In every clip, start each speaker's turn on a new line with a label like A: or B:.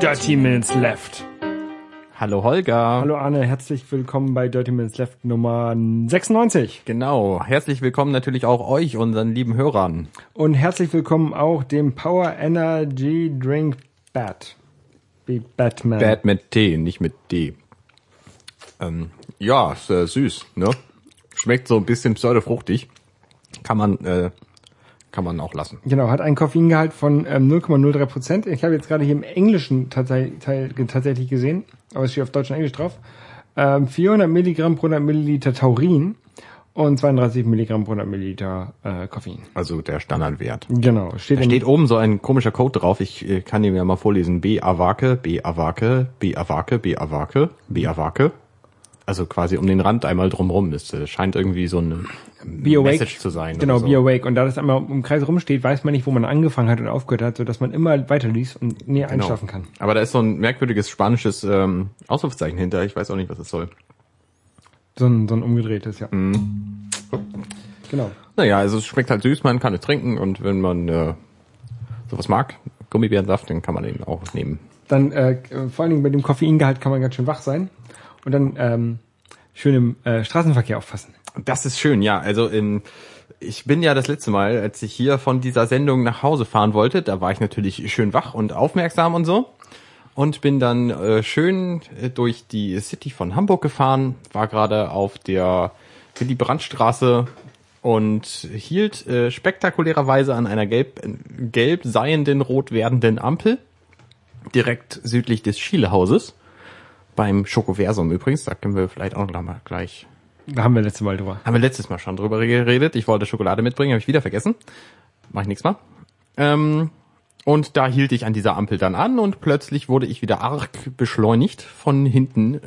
A: Dirty Minutes Left.
B: Hallo Holger.
A: Hallo Arne, herzlich willkommen bei Dirty Minutes Left Nummer 96.
B: Genau. Herzlich willkommen natürlich auch euch, unseren lieben Hörern.
A: Und herzlich willkommen auch dem Power Energy Drink Bat. Wie Batman.
B: Bad mit T, nicht mit D. Ähm, ja, ist äh, süß, ne? Schmeckt so ein bisschen pseudofruchtig. Kann man, äh, kann man auch lassen.
A: Genau, hat einen Koffeingehalt von ähm, 0,03 Prozent. Ich habe jetzt gerade hier im Englischen tatsächlich, tatsächlich gesehen, aber es steht auf Deutsch und Englisch drauf. Ähm, 400 Milligramm pro 100 Milliliter Taurin und 32 Milligramm pro 100 Milliliter äh, Koffein.
B: Also der Standardwert.
A: Genau, steht,
B: Da
A: im-
B: steht oben so ein komischer Code drauf. Ich äh, kann ihn ja mal vorlesen. B Awake, B Awake, B Awake, B Awake, B Awake. Also quasi um den Rand einmal drumrum. Das äh, scheint irgendwie so eine
A: Be awake.
B: Message zu sein.
A: Genau,
B: oder so.
A: Be Awake. Und da das einmal im Kreis rumsteht, weiß man nicht, wo man angefangen hat und aufgehört hat, sodass man immer weiterliest und näher
B: Genau.
A: einschlafen kann.
B: Aber da ist so ein merkwürdiges spanisches ähm, Ausrufzeichen hinter. Ich weiß auch nicht, was das soll.
A: So ein, so ein umgedrehtes, ja.
B: Mhm.
A: Genau.
B: Naja, also es schmeckt halt süß, man kann es trinken und wenn man äh, sowas mag, Gummibärensaft, den kann man eben auch nehmen.
A: Dann äh, äh, vor allen Dingen bei dem Koffeingehalt kann man ganz schön wach sein und dann ähm, schön im äh, Straßenverkehr aufpassen.
B: Das ist schön, ja. Also in, ich bin ja das letzte Mal, als ich hier von dieser Sendung nach Hause fahren wollte, da war ich natürlich schön wach und aufmerksam und so. Und bin dann äh, schön äh, durch die City von Hamburg gefahren, war gerade auf der Willy Brandt-Straße und hielt äh, spektakulärerweise an einer gelb, äh, gelb seienden, rot werdenden Ampel direkt südlich des Schielehauses. Beim Schokoversum übrigens, da können wir vielleicht auch noch mal gleich
A: Da haben wir letzte Mal drüber.
B: haben wir letztes Mal schon drüber geredet. Ich wollte Schokolade mitbringen, habe ich wieder vergessen. Mach ich nichts mal. Ähm, und da hielt ich an dieser Ampel dann an und plötzlich wurde ich wieder arg beschleunigt von hinten äh,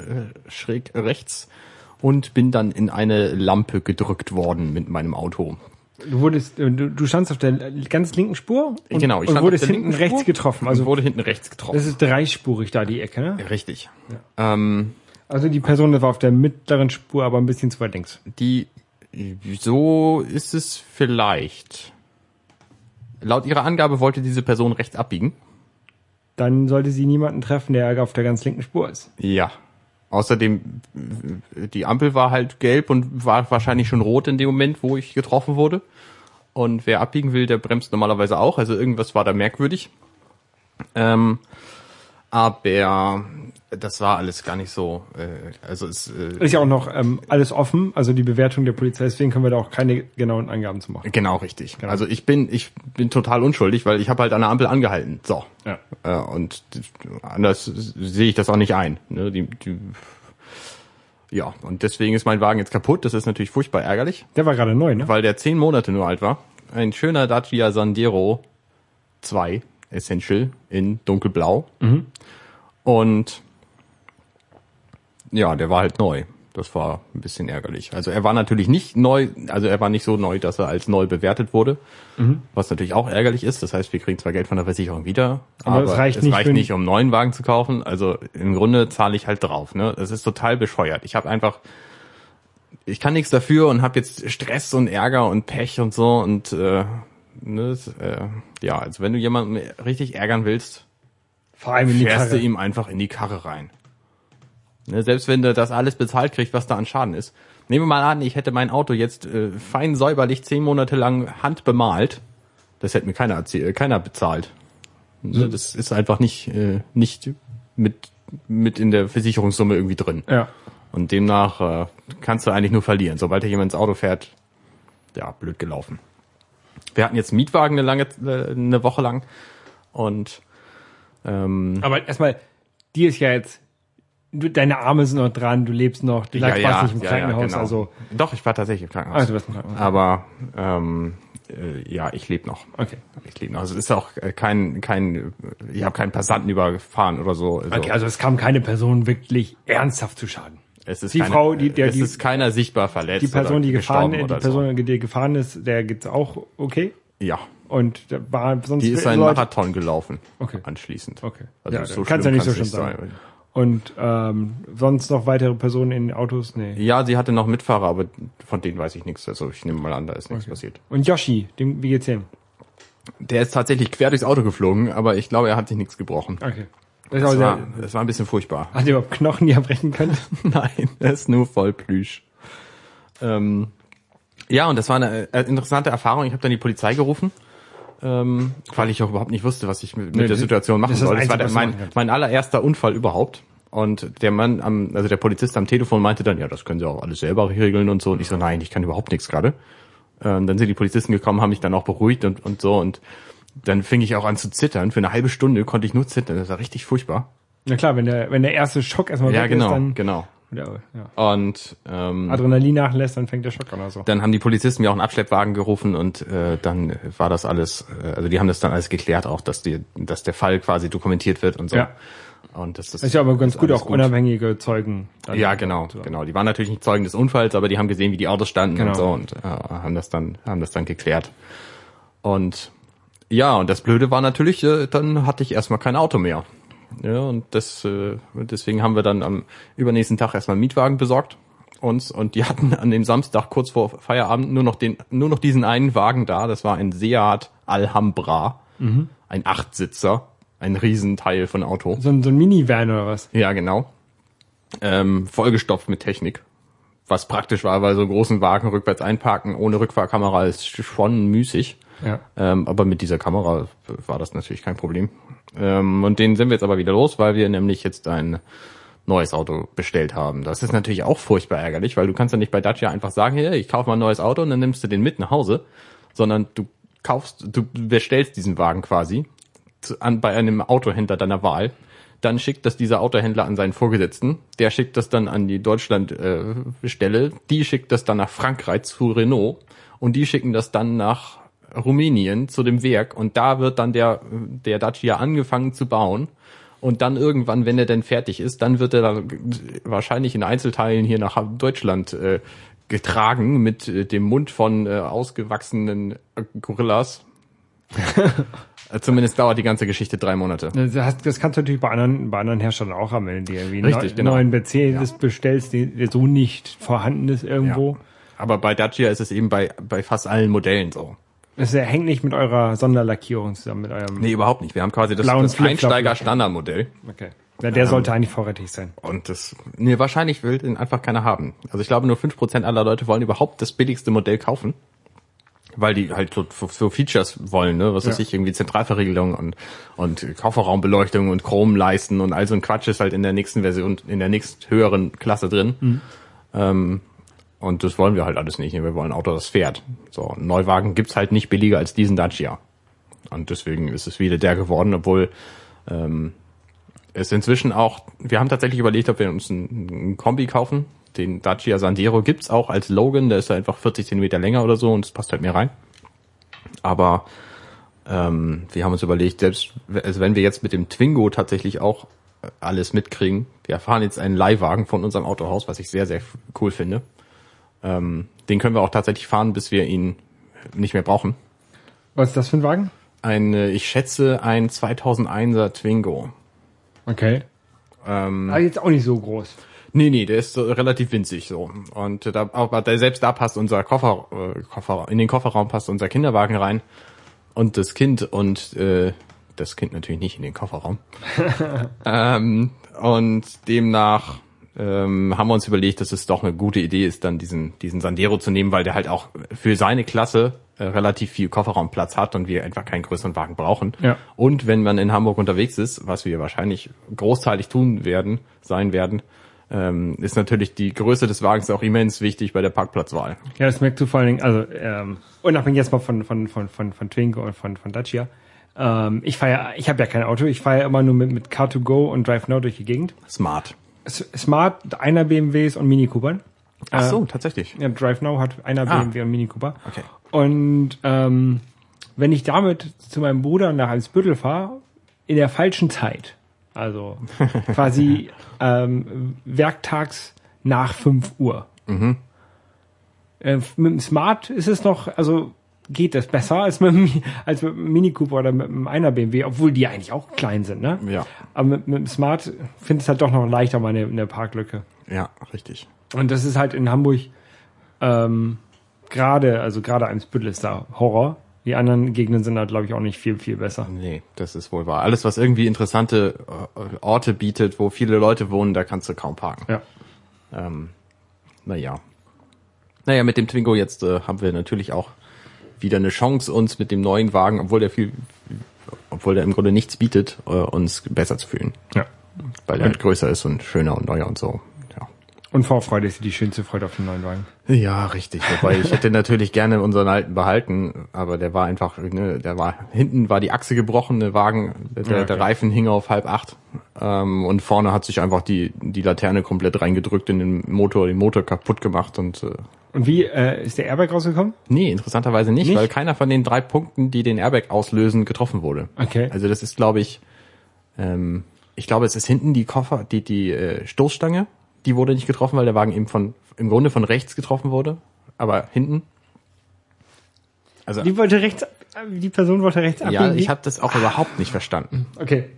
B: schräg rechts und bin dann in eine Lampe gedrückt worden mit meinem Auto.
A: Du wurdest, äh, du, du standst auf der äh, ganz linken Spur und,
B: genau, ich
A: und
B: stand
A: wurdest
B: auf der
A: hinten
B: linken Spur
A: rechts getroffen.
B: Also
A: Also
B: wurde hinten rechts getroffen.
A: das ist dreispurig da, die Ecke. Ne?
B: Richtig. Ähm,
A: Also die Person das war auf der mittleren Spur, aber ein bisschen zu weit links.
B: Die so ist es vielleicht. Laut ihrer Angabe wollte diese Person rechts abbiegen.
A: Dann sollte sie niemanden treffen, der auf der ganz linken Spur ist.
B: Ja. Außerdem, äh, die Ampel war halt gelb und war wahrscheinlich schon rot in dem Moment, wo ich getroffen wurde. Und wer abbiegen will, der bremst normalerweise auch. Also irgendwas war da merkwürdig. Ähm, aber das war alles gar nicht so. Äh, also es, äh,
A: Ist ja auch noch ähm, alles offen, also die Bewertung der Polizei, deswegen können wir da auch keine genauen Angaben zu machen.
B: genau richtig. Also ich bin ich bin total unschuldig, weil ich habe halt an der Ampel angehalten. So.
A: Ja.
B: Äh, und anders sehe ich das auch nicht ein. Ne? Die, die, ja, und deswegen ist mein Wagen jetzt kaputt. Das ist natürlich furchtbar ärgerlich,
A: Der war gerade neu, ne?
B: weil der zehn Monate nur alt war. Ein schöner Dacia Sandero 2 Essential in dunkelblau. Und ja, der war halt neu. Das war ein bisschen ärgerlich. Also er war natürlich nicht neu, also er war nicht so neu, dass er als neu bewertet wurde, was natürlich auch ärgerlich ist. Das heißt, wir kriegen zwar Geld von der Versicherung wieder, aber, es reicht, nicht,
A: für-
B: um einen neuen Wagen zu kaufen. Also im Grunde zahle ich halt drauf. Ne, das ist total bescheuert. Ich habe einfach, ich kann nichts dafür und habe jetzt Stress und Ärger und Pech und so und äh, ne, es, äh, ja, also wenn du jemanden richtig ärgern willst,
A: Vor allem in die
B: fährst du
A: Karre.
B: ihm einfach in die Karre rein. Ne, selbst wenn du das alles bezahlt kriegst, was da an Schaden ist. Nehmen wir mal an, ich hätte mein Auto jetzt äh, fein säuberlich zehn Monate lang handbemalt. Das hätte mir keiner erzählt, keiner bezahlt. Ne, das ist einfach nicht, äh, nicht mit, mit in der Versicherungssumme irgendwie drin.
A: Ja.
B: Und demnach äh, kannst du eigentlich nur verlieren. Sobald dir jemand ins Auto fährt, ja, blöd gelaufen. Wir hatten jetzt einen Mietwagen eine lange, äh, eine Woche lang und ähm,
A: Aber erstmal, die ist ja jetzt, du, deine Arme sind noch dran, du lebst noch, du lag- warst nicht im Krankenhaus,
B: genau.
A: also.
B: Doch, ich war tatsächlich im Krankenhaus.
A: Ah, du warst im Krankenhaus.
B: Aber ähm, äh, ja, ich lebe noch.
A: Okay.
B: Ich lebe noch. Also es ist auch äh, kein, kein, ich habe keinen Passanten überfahren oder so. Also,
A: Okay, also es kam keine Person wirklich ernsthaft zu Schaden.
B: es ist
A: die
B: keine,
A: Frau, die- der-
B: es
A: die-
B: ist keiner sichtbar verletzt.
A: Die Person,
B: oder
A: die gefahren, die
B: gestorben oder
A: Person, die gefahren ist, der geht's auch okay.
B: So. Ja,
A: Und da war sonst
B: die ist einen
A: Leute-
B: Marathon gelaufen.
A: Okay.
B: Anschließend.
A: Okay.
B: Also
A: ja,
B: so
A: kann's ja
B: schlimm
A: nicht so schlimm
B: kann's
A: sein. Und ähm, sonst noch weitere Personen in Autos? Nee.
B: Ja, sie hatte noch Mitfahrer, aber von denen weiß ich nichts. Also ich nehme mal an, da ist nichts passiert.
A: Und Yoshi, dem, wie geht's dem?
B: Der ist tatsächlich quer durchs Auto geflogen, aber ich glaube, er hat sich nichts gebrochen.
A: Okay. Das ist auch
B: Das war,
A: sehr,
B: das war ein bisschen furchtbar.
A: hat ihr überhaupt Knochen, die ihr brechen könnt?
B: Nein, er ist nur voll Plüsch. Ähm, ja, und das war eine äh, interessante Erfahrung. Ich habe dann die Polizei gerufen, ähm, weil ich auch überhaupt nicht wusste, was ich mit, mit
A: Nee,
B: der
A: das-
B: Situation machen
A: das ist das
B: soll. Das war
A: Einzige,
B: der,
A: was du
B: mein,
A: machen kannst.
B: mein allererster Unfall überhaupt. Und der Mann, am, also der Polizist am Telefon meinte dann, ja, das können Sie auch alles selber regeln und so. Und ich so, nein, ich kann überhaupt nichts gerade. Ähm, dann sind die Polizisten gekommen, haben mich dann auch beruhigt und, und so. Und dann fing ich auch an zu zittern. Für eine halbe Stunde konnte ich nur zittern. Das war richtig furchtbar.
A: Na klar, wenn der, wenn der erste Schock erstmal
B: Ja,
A: weg ist,
B: genau,
A: dann
B: genau.
A: Oder, ja.
B: Und ähm,
A: Adrenalin nachlässt, dann fängt der Schock an oder so.
B: dann haben die Polizisten mir auch einen Abschleppwagen gerufen und äh, dann war das alles, äh, also die haben das dann alles geklärt auch, dass die, dass der Fall quasi dokumentiert wird und so.
A: Ja.
B: Und das ist,
A: Das ist ja aber ganz gut,
B: alles
A: auch unabhängige Zeugen. dann-
B: Ja, genau, genau. Die waren natürlich nicht Zeugen des Unfalls, aber die haben gesehen, wie die Autos standen
A: Genau.
B: und so und äh, haben das dann, haben das dann geklärt. Und ja, und das Blöde war natürlich, äh, dann hatte ich erstmal kein Auto mehr. Ja, und das, äh, deswegen haben wir dann am übernächsten Tag erstmal einen Mietwagen besorgt uns und die hatten an dem Samstag kurz vor Feierabend nur noch den, nur noch diesen einen Wagen da. Das war ein Seat Alhambra, ein Achtsitzer, ein Riesenteil von Auto.
A: So ein, so ein Minivan oder was?
B: Ja, genau. Ähm, vollgestopft mit Technik. Was praktisch war, weil so einen großen Wagen rückwärts einparken ohne Rückfahrkamera ist schon müßig.
A: Ja.
B: Ähm, aber mit dieser Kamera war das natürlich kein Problem. Ähm, und den sind wir jetzt aber wieder los, weil wir nämlich jetzt ein neues Auto bestellt haben. Das ist natürlich auch furchtbar ärgerlich, weil du kannst ja nicht bei Dacia einfach sagen, hey, ich kaufe mal ein neues Auto und dann nimmst du den mit nach Hause, sondern du kaufst, du bestellst diesen Wagen quasi zu- an, bei einem Autohändler deiner Wahl. Dann schickt das dieser Autohändler an seinen Vorgesetzten. Der schickt das dann an die Deutschland-Stelle. Äh, Stelle. die schickt das dann nach Frankreich zu Renault. Und die schicken das dann nach Rumänien zu dem Werk. Und da wird dann der, der Dacia angefangen zu bauen. Und dann irgendwann, wenn er denn fertig ist, dann wird er dann wahrscheinlich in Einzelteilen hier nach Deutschland äh, getragen mit äh, dem Mund von äh, ausgewachsenen äh, Gorillas. Äh, Zumindest dauert die ganze Geschichte drei Monate.
A: Das, hast, das kannst du natürlich bei anderen, bei anderen Herstellern auch haben, wenn du dir irgendwie
B: Richtig,
A: einen
B: genau.
A: neuen Mercedes bestellst, die- der so nicht vorhanden ist irgendwo.
B: Aber bei Dacia ist es eben bei, bei fast allen Modellen so.
A: Das äh, hängt nicht mit eurer Sonderlackierung zusammen, mit eurem.
B: Nee, überhaupt nicht. Wir haben quasi das,
A: Blauen
B: das
A: Flip-Flop.
B: Einsteiger-Standardmodell.
A: Okay. Ja, der sollte eigentlich vorrätig sein.
B: Und das, nee, wahrscheinlich will den einfach keiner haben. Also ich glaube, nur 5% aller Leute wollen überhaupt das billigste Modell kaufen. Weil die halt so, so Features wollen, ne? Was weiß
A: Ja.
B: ich, irgendwie Zentralverriegelung und, und Kofferraumbeleuchtung und Chromleisten und all so ein Quatsch ist halt in der nächsten Version, in der nächst höheren Klasse drin. Ähm, und das wollen wir halt alles nicht. Wir wollen ein Auto, das fährt. So, einen Neuwagen gibt's halt nicht billiger als diesen Dacia. Und deswegen ist es wieder der geworden, obwohl ist inzwischen auch, wir haben tatsächlich überlegt, ob wir uns einen, einen Kombi kaufen. Den Dacia Sandero gibt's auch als Logan, der ist ja einfach 40 Zentimeter länger oder so und das passt halt mehr rein. Aber ähm, wir haben uns überlegt, selbst w- also wenn wir jetzt mit dem Twingo tatsächlich auch äh, alles mitkriegen, wir fahren jetzt einen Leihwagen von unserem Autohaus, was ich sehr, sehr f- cool finde. Ähm, den können wir auch tatsächlich fahren, bis wir ihn nicht mehr brauchen.
A: Was ist das für ein Wagen?
B: Ein, äh, ich schätze, ein 2001er Twingo.
A: Okay. Aber Ähm. Ah, jetzt auch nicht so groß.
B: Nee, nee, der ist so relativ winzig so. Und äh, da, aber da, selbst da passt unser Koffer, äh, Koffer, in den Kofferraum passt unser Kinderwagen rein. Und das Kind und äh, das Kind natürlich nicht in den Kofferraum. ähm, und demnach ähm, haben wir uns überlegt, dass es doch eine gute Idee ist, dann diesen, diesen Sandero zu nehmen, weil der halt auch für seine Klasse äh, relativ viel Kofferraumplatz hat und wir einfach keinen größeren Wagen brauchen.
A: Ja.
B: Und wenn man in Hamburg unterwegs ist, was wir wahrscheinlich großteilig tun werden, sein werden, ähm, ist natürlich die Größe des Wagens auch immens wichtig bei der Parkplatzwahl.
A: Ja, das merkst du vor allen Dingen, also ähm, unabhängig jetzt mal von, von, von, von, von Twingo und von, von Dacia. Ähm, ich fahre ja, ich habe ja kein Auto, ich fahre ja immer nur mit, mit Car2Go und Drive Now durch die Gegend.
B: Smart.
A: S Smart, einer BMWs und Mini Coopern.
B: Ach so, tatsächlich.
A: Äh, Ja, Drive Now hat einer
B: Ah.
A: BMW und Mini Cooper.
B: Okay.
A: Und ähm, wenn ich damit zu meinem Bruder nach Eimsbüttel fahre, in der falschen Zeit, also quasi ähm, werktags nach 5 Uhr. Äh, mit dem Smart ist es noch, also geht es besser als mit, dem, Mi- als mit dem Mini Cooper oder mit dem einer BMW, obwohl die eigentlich auch klein sind, ne?
B: Ja.
A: Aber mit, mit dem Smart finde ich es halt doch noch leichter, mal eine, eine Parklücke.
B: Ja, richtig.
A: Und das ist halt in Hamburg ähm, gerade, also gerade Eimsbüttel ist da Horror. Die anderen Gegenden sind da, glaube ich, auch nicht viel, viel besser.
B: Nee, das ist wohl wahr. Alles, was irgendwie interessante äh, Orte bietet, wo viele Leute wohnen, da kannst du kaum parken.
A: Ja.
B: Ähm, naja. Naja, mit dem Twingo jetzt äh, haben wir natürlich auch wieder eine Chance, uns mit dem neuen Wagen, obwohl der viel, obwohl der im Grunde nichts bietet, äh, uns besser zu fühlen.
A: ja.
B: Weil der halt größer ist und schöner und neuer und so. Ja.
A: Und Vorfreude ist die schönste Freude auf den neuen Wagen.
B: Ja, richtig. Wobei ich hätte natürlich gerne unseren alten behalten, aber der war einfach, ne, der war hinten war die Achse gebrochen, der Wagen, der,
A: Ja, okay.
B: der Reifen hing auf halb acht ähm, und vorne hat sich einfach die die Laterne komplett reingedrückt in den Motor, den Motor kaputt gemacht und äh,
A: Und wie äh, ist der Airbag rausgekommen?
B: nee, interessanterweise nicht,
A: Nicht?
B: weil keiner von den drei Punkten, die den Airbag auslösen, getroffen wurde.
A: Okay.
B: Also das ist, glaube ich, ähm, ich glaube, es ist hinten die Koffer, die die äh, Stoßstange, die wurde nicht getroffen, weil der Wagen eben von im Grunde von rechts getroffen wurde, aber hinten. Also
A: Die wollte rechts, die Person wollte rechts
B: ja,
A: abbiegen.
B: ich habe das auch überhaupt nicht verstanden.
A: Okay.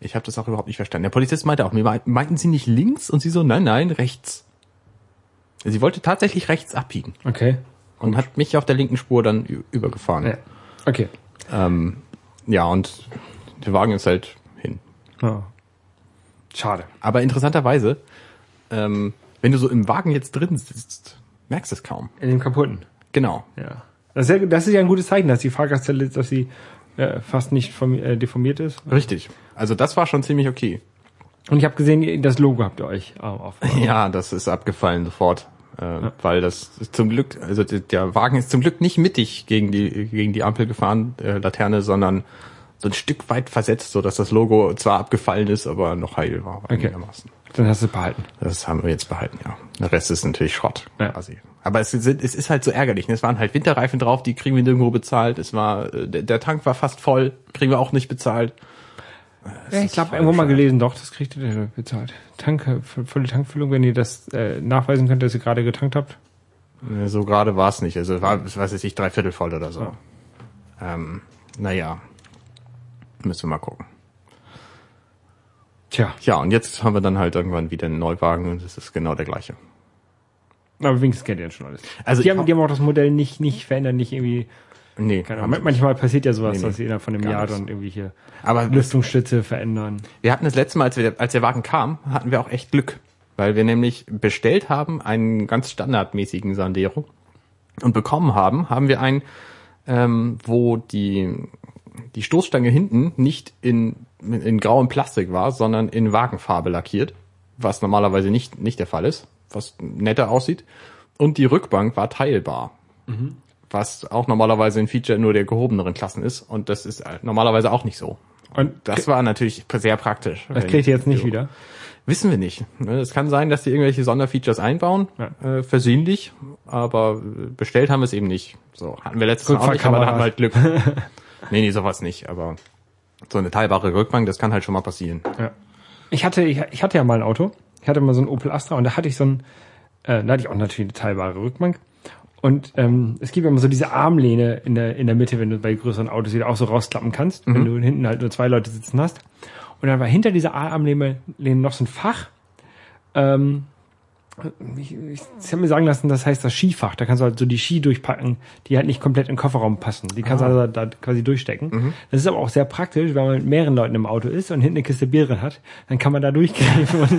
B: Ich habe das auch überhaupt nicht verstanden. Der Polizist meinte auch, mir mei- meinten sie nicht links und sie so nein, nein, rechts. Sie wollte tatsächlich rechts abbiegen
A: Okay.
B: und hat mich auf der linken Spur dann ü- übergefahren.
A: Ja.
B: Ja,
A: Okay.
B: ähm, ja und der Wagen ist halt hin.
A: Ja. Schade.
B: Aber interessanterweise, ähm, wenn du so im Wagen jetzt drin sitzt, merkst du es kaum.
A: In dem kaputten.
B: Genau.
A: Ja. Das ist ja, das ist ja ein gutes Zeichen, dass die Fahrgastzelle, dass sie äh, fast nicht vom, äh, deformiert ist.
B: Richtig. Also das war schon ziemlich okay.
A: Und ich habe gesehen, ihr- das Logo habt ihr euch äh, auf.
B: Ja, das ist abgefallen sofort. Äh, Weil das ist zum Glück, also d- der Wagen ist zum Glück nicht mittig gegen die, gegen die Ampel gefahren, äh, Laterne, sondern so ein Stück weit versetzt, so dass das Logo zwar abgefallen ist, aber noch heil war. einigermaßen.
A: Dann hast du es behalten.
B: Das haben wir jetzt behalten, ja. Der Rest ist natürlich Schrott.
A: Ja.
B: Quasi. Aber es, sind, es ist halt so ärgerlich. Ne? Es waren halt Winterreifen drauf, die kriegen wir nirgendwo bezahlt. Es war, äh, der, der Tank war fast voll, kriegen wir auch nicht bezahlt.
A: Ja, ich glaube, irgendwo mal gelesen, doch, das kriegt ihr dann bezahlt. Tanke, volle Tankfüllung, wenn ihr das äh, nachweisen könnt, dass ihr gerade getankt habt.
B: Ne, So gerade war es nicht. Also war, was weiß ich, dreiviertel voll oder so. Ähm, naja. Müssen wir mal gucken.
A: Tja,
B: Ja, und jetzt haben wir dann halt irgendwann wieder einen Neuwagen und es ist genau der gleiche.
A: aber wenigstens kennt ihr jetzt schon alles.
B: Also
A: die,
B: ich
A: haben,
B: hab-
A: die haben auch das Modell nicht, nicht verändert, nicht irgendwie,
B: Nee,
A: keine Ahnung,
B: haben sie nicht.
A: manchmal passiert ja sowas,
B: Nee, nee,
A: dass sie innerhalb von einem
B: gar
A: Jahr
B: nichts.
A: dann irgendwie hier
B: aber
A: Lüftungsstütze verändern.
B: Wir hatten das letzte Mal, als, wir, als der Wagen kam, hatten wir auch echt Glück, weil wir nämlich bestellt haben einen ganz standardmäßigen Sandero und bekommen haben, haben wir einen, ähm, wo die, die Stoßstange hinten nicht in, in grauem Plastik war, sondern in Wagenfarbe lackiert, was normalerweise nicht, nicht der Fall ist, was netter aussieht. Und die Rückbank war teilbar.
A: Mhm.
B: Was auch normalerweise ein Feature nur der gehobeneren Klassen ist. Und das ist äh, normalerweise auch nicht so.
A: Und
B: Das war natürlich sehr praktisch.
A: das kriegt ihr jetzt nicht wieder.
B: Wissen wir nicht. ne? Es kann sein, dass die irgendwelche Sonderfeatures einbauen,
A: Ja.
B: äh, versehentlich, aber äh, bestellt haben wir es eben nicht. So, hatten wir letztes Mal auch nicht, aber da hatten wir halt Glück. nee, nee, sowas nicht, aber so eine teilbare Rückbank, das kann halt schon mal passieren.
A: Ja. Ich hatte, ich, ich hatte ja mal ein Auto. Ich hatte mal so ein Opel Astra und da hatte ich so ein, äh, da hatte ich auch natürlich eine teilbare Rückbank. Und ähm, es gibt ja immer so diese Armlehne in der, in der Mitte, wenn du bei größeren Autos die du auch so rausklappen kannst, wenn du hinten halt nur zwei Leute sitzen hast. Und dann war hinter dieser Armlehne Lehne noch so ein Fach. Ähm, ich, ich, ich habe mir sagen lassen, das heißt das Skifach. Da kannst du halt so die Ski durchpacken, die halt nicht komplett in den Kofferraum passen. Die kannst du also da quasi durchstecken. Das ist aber auch sehr praktisch, wenn man mit mehreren Leuten im Auto ist und hinten eine Kiste Bier drin hat, dann kann man da durchgreifen und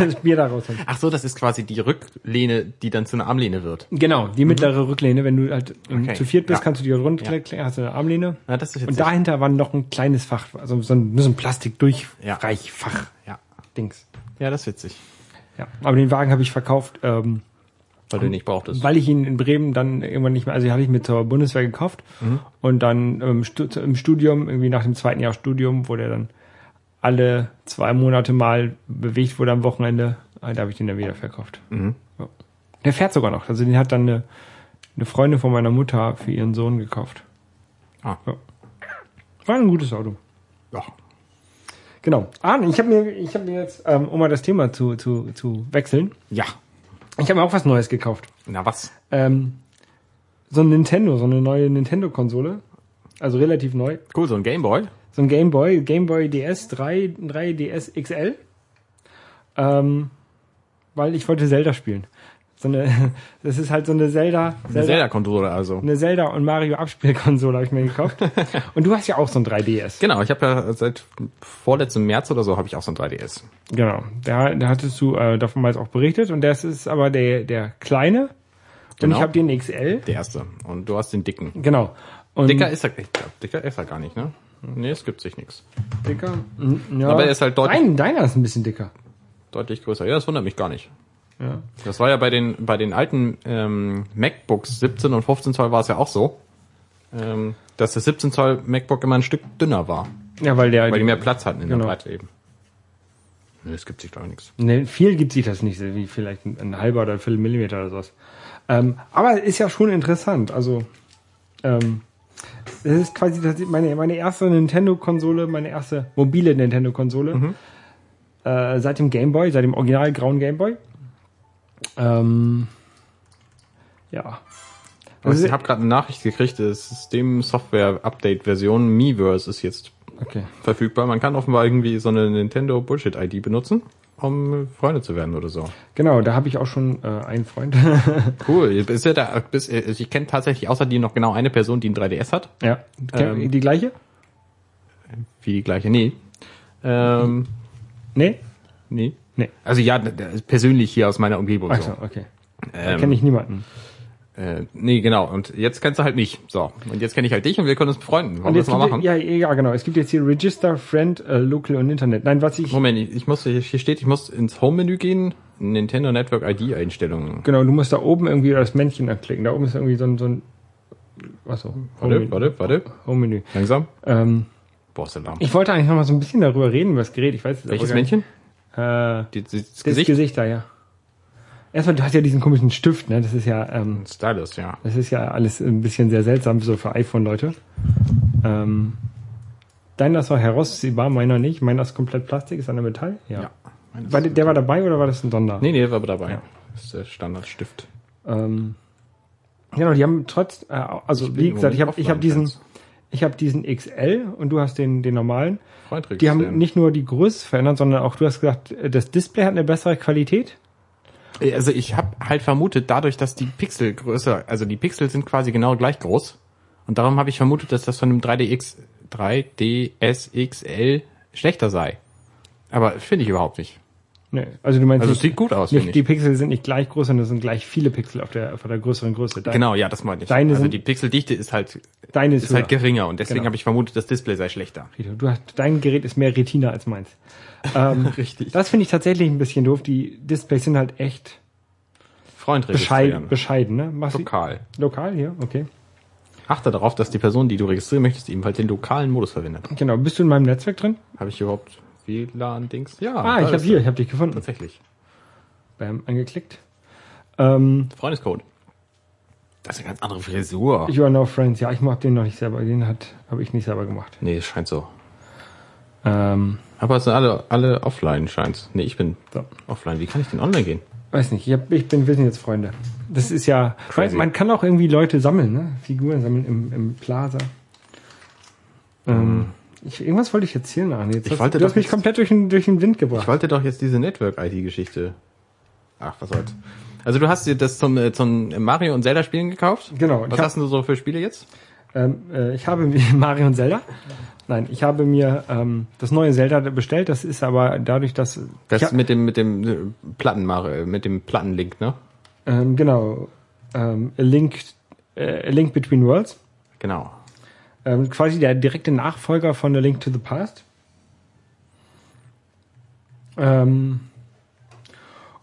A: das Bier da rausholen.
B: Ach so, das ist quasi die Rücklehne, die dann zu einer Armlehne wird.
A: Genau, die mittlere Rücklehne. Wenn du halt ähm,
B: Mhm. Okay,
A: zu viert bist,
B: ja.
A: kannst du die runterklicken, hast du eine Armlehne.
B: Na, das ist jetzt
A: und dahinter war noch ein kleines Fach, also so ein, so ein
B: Ja.
A: Plastik-Durchreichfach-Dings.
B: ja. ja, das ist witzig,
A: Ja. Aber den Wagen habe ich verkauft, ähm,
B: weil du ihn nicht brauchtest.
A: weil ich ihn in Bremen dann irgendwann nicht mehr, also den hatte ich mit zur Bundeswehr gekauft und dann ähm, stu im Studium, irgendwie nach dem zweiten Jahr Studium, wo der dann alle zwei Monate mal bewegt wurde am Wochenende, äh, da habe ich den dann wieder verkauft. Ja. Der fährt sogar noch, also den hat dann eine, eine Freundin von meiner Mutter für ihren Sohn gekauft.
B: Ah.
A: Ja. War ein gutes Auto.
B: Ja.
A: Genau. Ah, ich habe mir, ich habe mir jetzt, ähm, um mal das Thema zu, zu, zu wechseln,
B: ja,
A: ich habe mir auch was Neues gekauft.
B: na was?
A: Ähm, so ein Nintendo, so eine neue Nintendo-Konsole. Also relativ neu.
B: Cool, so ein Gameboy.
A: So ein Game Boy, Game Boy DS 3, 3 DS XL. Ähm, weil ich wollte Zelda spielen. So eine, das ist halt so eine Zelda,
B: Eine
A: Zelda,
B: Zelda-Konsole also.
A: eine Zelda und Mario Abspielkonsole habe ich mir gekauft. und du hast ja auch so ein 3DS.
B: Genau, ich habe ja seit vorletztem März oder so habe ich auch so ein 3DS.
A: Genau. Da, da hattest du äh, davon mal auch berichtet und das ist aber der der kleine
B: Genau.
A: und ich habe den XL.
B: Der erste. Und du hast den dicken.
A: Genau. Und
B: Dicker ist er, ich glaub, dicker ist er gar nicht, ne? Nee, es gibt sich nichts.
A: dicker. Mm, Ja.
B: Aber er ist halt deutlich-
A: Nein, deiner ist ein bisschen dicker.
B: Deutlich größer. Ja, das wundert mich gar nicht. Das war ja bei den, bei den alten ähm, MacBooks 17 und 15 Zoll war es ja auch so, ähm, dass das 17 Zoll MacBook immer ein Stück dünner war,
A: Ja, weil der
B: weil die mehr Platz hatten in
A: Genau.
B: der Breite eben. Nee, es gibt sich glaube ich nichts.
A: Ne, viel gibt sich das nicht, wie vielleicht ein, ein halber oder ein Viertel Millimeter oder sowas. Ähm, aber ist ja schon interessant. Also, ähm, das ist quasi das- meine, meine erste Nintendo-Konsole, meine erste mobile Nintendo-Konsole.
B: Mhm.
A: Äh, seit dem Game Boy, seit dem original grauen Game Boy. Ähm, ja.
B: Also
A: Also-
B: ich habe gerade eine Nachricht gekriegt, das System Software Update Version Miiverse ist jetzt
A: Okay.
B: verfügbar. Man kann offenbar irgendwie so eine Nintendo Bullshit ID benutzen, um Freunde zu werden oder so.
A: Genau, da habe ich auch schon äh, einen Freund.
B: Cool. Bist du da, bist, ich kenne tatsächlich außer dir noch genau eine Person, die ein 3DS hat.
A: ja.
B: Ähm.
A: die gleiche?
B: Wie die gleiche. Nee. Ähm,
A: Nee?
B: nee.
A: Nee.
B: Also ja, d- d- persönlich hier aus meiner Umgebung.
A: Achso,
B: So.
A: okay. Da
B: Ähm,
A: kenne ich niemanden.
B: äh, nee, genau. Und jetzt kennst du halt mich. So. Und jetzt kenne ich halt dich und wir können uns befreunden. Wollen
A: Und
B: wir
A: jetzt
B: das mal
A: gibt,
B: machen?
A: ja, ja, genau. Es gibt jetzt hier Register, Friend, äh, Local und Internet. Nein, was ich.
B: Moment, ich, ich muss, hier hier steht, ich muss ins Home-Menü gehen, Nintendo Network ID-Einstellungen.
A: Genau, du musst da oben irgendwie das Männchen anklicken. Da oben ist irgendwie so ein. So ein achso,
B: Warte,
A: Home-Menü.
B: warte, warte.
A: Home
B: Langsam.
A: ähm,
B: Boah, ist Alarm.
A: ich wollte eigentlich noch mal so ein bisschen darüber reden, über das Gerät. Ich weiß jetzt aber
B: Welches
A: gar nicht.
B: Männchen?
A: Äh,
B: Die, die, das
A: das Gesicht?
B: Gesicht?
A: da, ja. Erstmal, du hast ja diesen komischen Stift, ne? Das ist ja, ähm,
B: Stylus, ja.
A: das ist ja alles ein bisschen sehr seltsam, so für iPhone-Leute. Ähm, deiner ist noch herausziehbar, meiner nicht. Meiner ist komplett Plastik, ist einer Metall. Ja.
B: Meines-
A: War, der der war dabei oder war das ein Sonder?
B: Nee, nee, der war aber dabei. Das ist der Standardstift.
A: Ähm, genau, die haben trotz, äh, also
B: bin
A: wie
B: im
A: gesagt, ich habe
B: Moment
A: ich hab
B: offline,
A: diesen,
B: Jens.
A: ich habe diesen XL und du hast den den normalen.
B: Freundregister.
A: Die haben nicht nur die Größe verändert, sondern auch du hast gesagt, äh, das Display hat eine bessere Qualität.
B: Also ich habe halt vermutet, dadurch, dass die Pixel größer, also die Pixel sind quasi genau gleich groß. Und darum habe ich vermutet, dass das von einem 3DX, 3DS XL schlechter sei. Aber finde ich überhaupt nicht.
A: Nee, also du meinst
B: Also es
A: nicht,
B: sieht gut aus,
A: nicht,
B: finde
A: die
B: ich.
A: Pixel sind nicht gleich groß, sondern es sind gleich viele Pixel auf der auf der größeren Größe. Dein,
B: Genau, ja, das meine ich.
A: Deine
B: also
A: sind-
B: die Pixeldichte ist halt
A: Deine ist,
B: ist halt
A: höher.
B: geringer und deswegen
A: Genau.
B: habe ich vermutet, das Display sei schlechter.
A: Du hast, dein Gerät ist mehr Retina als meins. Ähm,
B: Richtig.
A: das finde ich tatsächlich ein bisschen doof. Die Displays sind halt echt
B: Freund
A: bescheiden,
B: registrieren.
A: bescheiden ne? Machst du-
B: Lokal.
A: Lokal hier, okay.
B: Achte darauf, dass die Person, die du registrieren möchtest, ebenfalls den lokalen Modus verwendet.
A: Genau, bist du in meinem Netzwerk drin?
B: Habe ich überhaupt WLAN-Dings? Ja.
A: Ah,
B: da
A: ich habe
B: ist
A: hier,
B: er.
A: ich habe dich gefunden.
B: Tatsächlich.
A: Bam, angeklickt. Ähm,
B: Freundescode. Das ist eine ganz andere Frisur.
A: you are now friends. Ja, ich mag den noch nicht selber. Den hat habe ich nicht selber gemacht.
B: nee, es scheint so.
A: Ähm,
B: Aber es sind alle, alle offline, scheint's. Nee, ich bin
A: So.
B: offline. Wie kann ich denn online gehen?
A: weiß nicht. Ich, hab, ich bin, wir sind jetzt Freunde. Das ist ja. Man,
B: Crazy.
A: man kann auch irgendwie Leute sammeln, ne? Figuren sammeln im, im Plaza. Ähm, ich, irgendwas wollte ich erzählen, Arne. Jetzt
B: Mhm. Ich
A: hast,
B: wollte
A: du
B: doch
A: hast mich
B: jetzt-
A: komplett durch den, durch den Wind
B: Ich
A: gebracht.
B: wollte doch jetzt diese Network-ID-Geschichte. Ach, was soll's. Also du hast dir das zum, äh, zum Mario und Zelda Spielen gekauft?
A: Genau. Ich
B: Was
A: hab-
B: hast du so für Spiele jetzt?
A: Ähm, äh, ich habe mir Mario und Zelda. Nein, ich habe mir ähm, das neue Zelda bestellt. Das ist aber dadurch, dass
B: Das
A: ich, hab-
B: mit dem mit dem äh, Platten Mario, mit dem Plattenlink, ne?
A: Ähm, genau. Ähm, A Link, äh, A Link Between Worlds.
B: Genau.
A: Ähm, quasi der direkte Nachfolger von A Link to the Past. Ähm,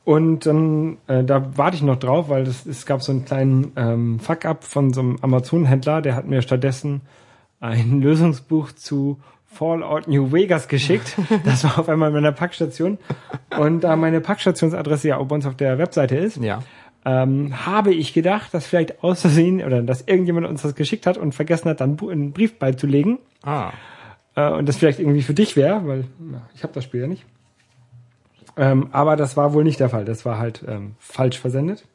A: und dann, äh, da warte ich noch drauf, weil das, es gab so einen kleinen ähm, Fuck-up von so einem Amazon-Händler, der hat mir stattdessen ein Lösungsbuch zu Fallout New Vegas geschickt. Das war auf einmal in meiner Packstation. Und da meine Packstationsadresse ja auch bei uns auf der Webseite ist,
B: Ja.
A: ähm, habe ich gedacht, dass vielleicht aus Versehen oder dass irgendjemand uns das geschickt hat und vergessen hat, dann einen Brief beizulegen
B: Ah.
A: äh, und das vielleicht irgendwie für dich wäre, weil na, ich habe das Spiel ja nicht. Ähm, aber das war wohl nicht der Fall. Das war halt ähm, falsch versendet.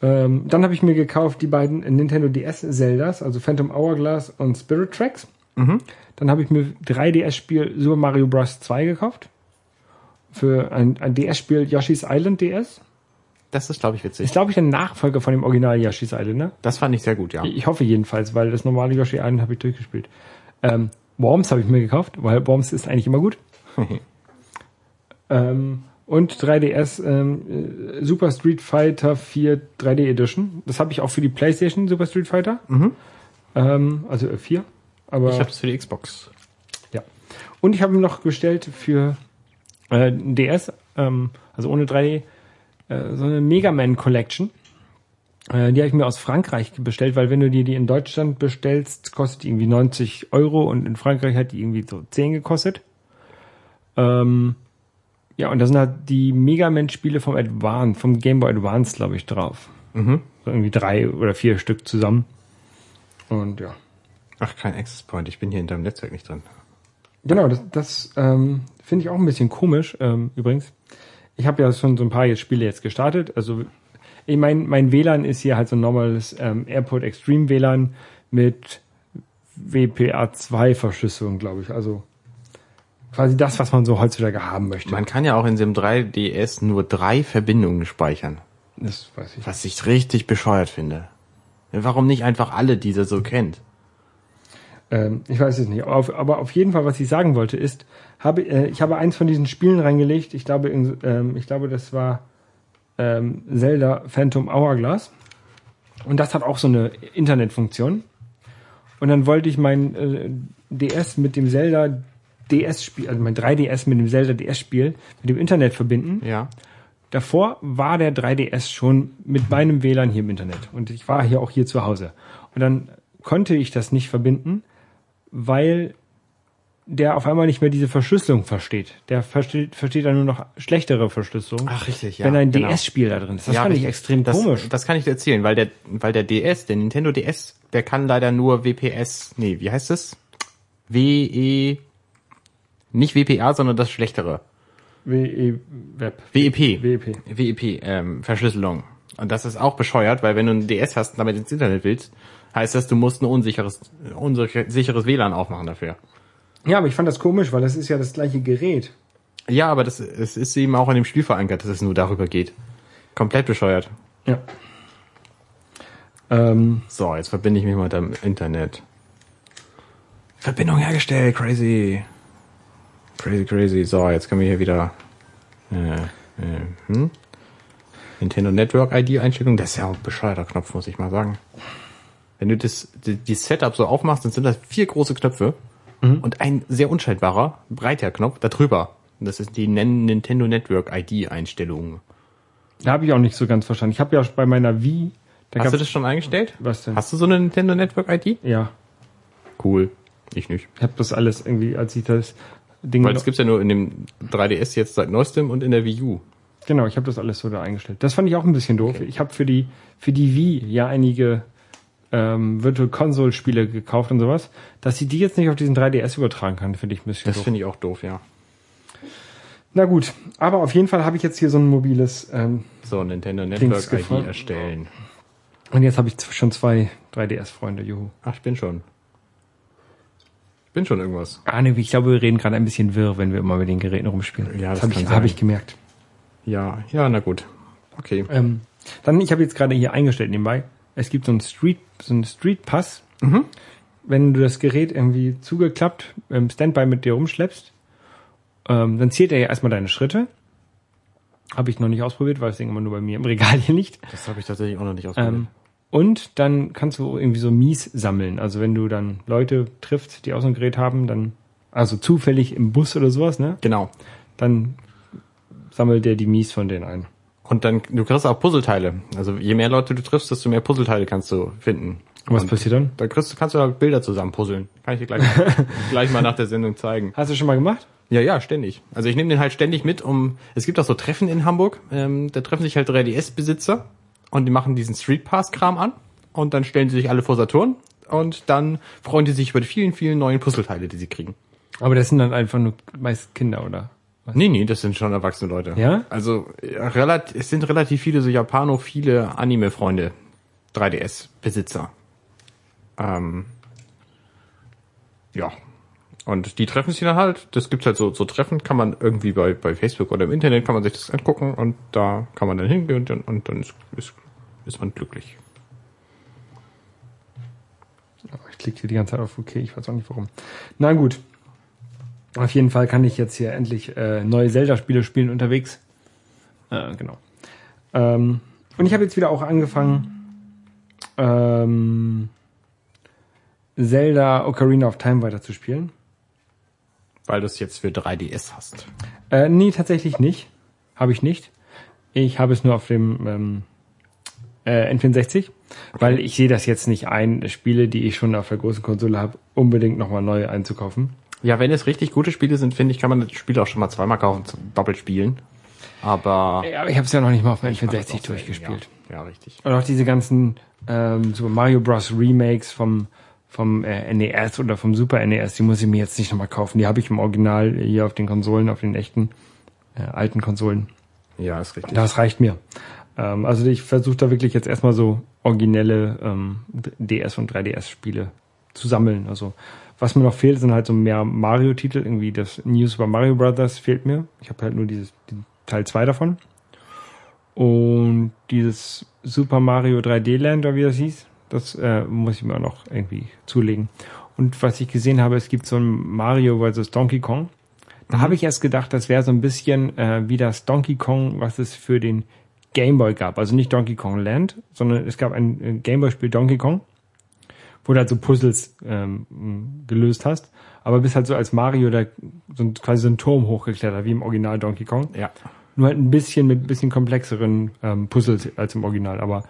A: Ähm, dann habe ich mir gekauft die beiden Nintendo DS Zeldas, also Phantom Hourglass und Spirit Tracks. Dann habe ich mir 3DS-Spiel Super Mario Bros. 2 gekauft. Für ein, ein DS-Spiel Yoshi's Island DS.
B: Das ist, glaube ich, witzig.
A: Ist, glaube ich, der Nachfolger von dem Original Yoshi's Island, ne?
B: Das fand ich sehr gut, ja.
A: Ich hoffe jedenfalls, weil das normale Yoshi Island habe ich durchgespielt. Ähm, Worms habe ich mir gekauft, weil Worms ist eigentlich immer gut. ähm, und 3DS ähm, äh, Super Street Fighter 4 3D Edition. Das habe ich auch für die PlayStation Super Street Fighter. Ähm, also äh, 4. Aber
B: Mhm. Ich habe das für die Xbox.
A: ja. Und ich habe ihn noch bestellt für äh, DS, ähm, also ohne 3D, äh, so eine Mega Man Collection. Äh, die habe ich mir aus Frankreich bestellt, weil wenn du dir die in Deutschland bestellst, kostet die irgendwie 90 Euro und in Frankreich hat die irgendwie so 10 gekostet. Ähm, ja, und da sind halt die Mega Man Spiele vom Advance, vom Game Boy Advance, glaube ich, drauf. So irgendwie drei oder vier Stück zusammen. Und ja.
B: Ach, kein Access Point. Ich bin hier hinterm Netzwerk nicht dran.
A: Genau, das, das ähm, finde ich auch ein bisschen komisch ähm, übrigens. Ich habe ja schon so ein paar jetzt Spiele jetzt gestartet. Also ich mein, mein WLAN ist hier halt so ein normales ähm, Airport Extreme WLAN mit WPA2-Verschlüsselung, glaube ich. Also quasi das, was man so heutzutage haben möchte.
B: Man kann ja auch in dem 3DS nur drei Verbindungen speichern.
A: das weiß ich.
B: Was ich richtig bescheuert finde. Warum nicht einfach alle, die sie so kennt?
A: Ähm, ich weiß es nicht. Auf, aber auf jeden Fall, was ich sagen wollte, ist, habe, äh, ich habe eins von diesen Spielen reingelegt. Ich glaube, in, ähm, ich glaube, das war ähm, Zelda Phantom Hourglass. Und das hat auch so eine Internetfunktion. Und dann wollte ich mein äh, DS mit dem Zelda DS-Spiel, also mein 3DS mit dem Zelda DS-Spiel mit dem Internet verbinden.
B: Ja.
A: Davor war der 3DS schon mit meinem WLAN hier im Internet und ich war hier auch hier zu Hause. Und dann konnte ich das nicht verbinden, weil der auf einmal nicht mehr diese Verschlüsselung versteht. Der versteht, versteht dann nur noch schlechtere Verschlüsselung.
B: Ach, richtig, ja,
A: Wenn ein
B: genau.
A: DS-Spiel da drin ist. Das
B: ja,
A: fand ich
B: richtig.
A: extrem
B: das,
A: komisch.
B: Das kann ich dir erzählen, weil der, weil der DS, der Nintendo DS, der kann leider nur WPS, nee, wie heißt es? WE, nicht WPA, sondern das schlechtere. E
A: WE-Web.
B: WEP.
A: WEP.
B: WEP, ähm, Verschlüsselung. Und das ist auch bescheuert, weil wenn du einen DS hast und damit ins Internet willst, heißt das, du musst ein unsicheres, unsicheres WLAN aufmachen dafür.
A: Ja, aber ich fand das komisch, weil das ist ja das gleiche Gerät.
B: Ja, aber das, es ist eben auch in dem Spiel verankert, dass es nur darüber geht. Komplett bescheuert.
A: Ja. Ähm,
B: So, jetzt verbinde ich mich mal mit dem Internet. Verbindung hergestellt, crazy. Crazy, crazy. So, jetzt können wir hier wieder äh, äh, hm? Nintendo Network ID Einstellung. Das ist ja auch ein bescheuerter Knopf, muss ich mal sagen. Wenn du das, die, die Setup so aufmachst, dann sind das vier große Knöpfe und ein sehr unscheinbarer, breiter Knopf da drüber. Und Das ist die Nen- Nintendo Network ID Einstellung.
A: da habe ich auch nicht so ganz verstanden. Ich habe ja bei meiner Wii, da
B: Hast du
A: gab's-
B: das schon eingestellt?
A: Was denn?
B: Hast du so eine Nintendo Network ID?
A: ja,
B: Cool. Ich nicht.
A: ich habe das alles irgendwie, als ich das Ding
B: Weil das gibt's ja nur in dem 3DS jetzt seit neuestem und in der Wii U.
A: Genau, ich habe das alles so da eingestellt. Das fand ich auch ein bisschen doof. Ich habe für die für die Wii ja einige ähm, Virtual Console Spiele gekauft und sowas, dass sie die jetzt nicht auf diesen 3DS übertragen kann, finde ich ein bisschen doof.
B: ich auch doof, ja.
A: Na gut, aber auf jeden Fall habe ich jetzt hier so ein mobiles ähm,
B: So, Nintendo Network ID
A: gefunden.
B: erstellen.
A: und jetzt habe ich z- schon zwei 3DS Freunde. Juhu.
B: Ach, ich bin schon. Ich bin schon irgendwas.
A: Ah ne, ich glaube, wir reden gerade ein bisschen wirr, wenn wir immer mit den Geräten rumspielen.
B: Ja,
A: das
B: das
A: habe
B: kann
A: ich
B: sein.
A: habe ich gemerkt.
B: Ja, ja, na gut. Okay.
A: Ähm, dann, ich habe jetzt gerade hier eingestellt nebenbei, es gibt so einen Street, so einen Street Pass. Wenn du das Gerät irgendwie zugeklappt im Standby mit dir rumschleppst, ähm, dann zählt er ja erstmal deine Schritte. Habe ich noch nicht ausprobiert, weil das Ding immer nur bei mir im Regal hier liegt.
B: Das habe ich tatsächlich auch noch nicht ausprobiert.
A: Ähm, und dann kannst du irgendwie so mies sammeln. Also wenn du dann Leute triffst, die auch so ein Gerät haben, dann, also zufällig im Bus oder sowas, ne?
B: genau.
A: Dann sammelt der die mies von denen ein.
B: Und dann, du kriegst auch Puzzleteile. Also je mehr Leute du triffst, desto mehr Puzzleteile kannst du finden.
A: Und was passiert dann?
B: Da kriegst, du- kannst du halt Bilder zusammen puzzeln. Kann ich dir gleich, gleich mal nach der Sendung zeigen.
A: Hast du schon mal gemacht?
B: Ja, ja, ständig. Also ich nehme den halt ständig mit, um. Es gibt auch so Treffen in Hamburg. Ähm, da treffen sich halt 3DS-Besitzer und die machen diesen Street Pass-Kram an und dann stellen sie sich alle vor Saturn und dann freuen die sich über die vielen, vielen neuen Puzzleteile, die sie kriegen.
A: Aber das sind dann einfach nur meist Kinder, oder?
B: Nee, nee, das sind schon erwachsene Leute.
A: Ja?
B: Also ja, relat es sind relativ viele so japanophile Anime-Freunde, 3DS-Besitzer. Ähm, ja. Und die treffen sich dann halt. Das gibt's halt so, so Treffen, kann man irgendwie bei, bei Facebook oder im Internet kann man sich das angucken und da kann man dann hingehen und dann, und dann ist, ist, ist man glücklich.
A: Ich klicke hier die ganze Zeit auf OK, ich weiß auch nicht warum. Na gut. Auf jeden Fall kann ich jetzt hier endlich äh, neue Zelda-Spiele spielen unterwegs. Äh, genau. Ähm, und ich habe jetzt wieder auch angefangen, ähm, Zelda Ocarina of Time weiterzuspielen.
B: Weil du es jetzt für 3DS hast.
A: Äh, nee, tatsächlich nicht. Habe ich nicht. Ich habe es nur auf dem ähm, äh, N64, weil ich sehe das jetzt nicht ein, Spiele, die ich schon auf der großen Konsole habe, unbedingt nochmal neu einzukaufen.
B: Ja, wenn es richtig gute Spiele sind, finde ich, kann man das Spiel auch schon mal zweimal kaufen zum Doppelt spielen. Aber
A: Ja, aber ich habe es ja noch nicht mal auf dem N64
B: Auch sehr-
A: durchgespielt.
B: Ja, ja richtig.
A: Und auch diese ganzen ähm, Super Mario Bros. Remakes vom, vom äh, NES oder vom Super NES, die muss ich mir jetzt nicht nochmal kaufen. Die habe ich im Original hier auf den Konsolen, auf den echten äh, alten Konsolen.
B: Ja, ist richtig.
A: Das reicht mir. Ähm, also ich versuche da wirklich jetzt erstmal so originelle ähm, DS- und 3DS-Spiele zu sammeln. Also was mir noch fehlt, sind halt so mehr Mario-Titel. Irgendwie das New Super Mario Brothers fehlt mir. Ich habe halt nur dieses den Teil 2 davon. Und dieses Super Mario 3D Land, oder wie das hieß, das äh, muss ich mir auch noch irgendwie zulegen. Und was ich gesehen habe, es gibt so ein Mario vs. Donkey Kong. Da habe ich erst gedacht, das wäre so ein bisschen äh, wie das Donkey Kong, was es für den Game Boy gab. Also nicht Donkey Kong Land, sondern es gab ein äh, Game Boy-Spiel Donkey Kong, wo du halt so Puzzles ähm, m, gelöst hast, aber bist halt so als Mario da so ein, quasi so einen Turm hochgeklettert, wie im Original Donkey Kong.
B: Ja.
A: Nur halt ein bisschen mit ein bisschen komplexeren ähm, Puzzles als im Original. Aber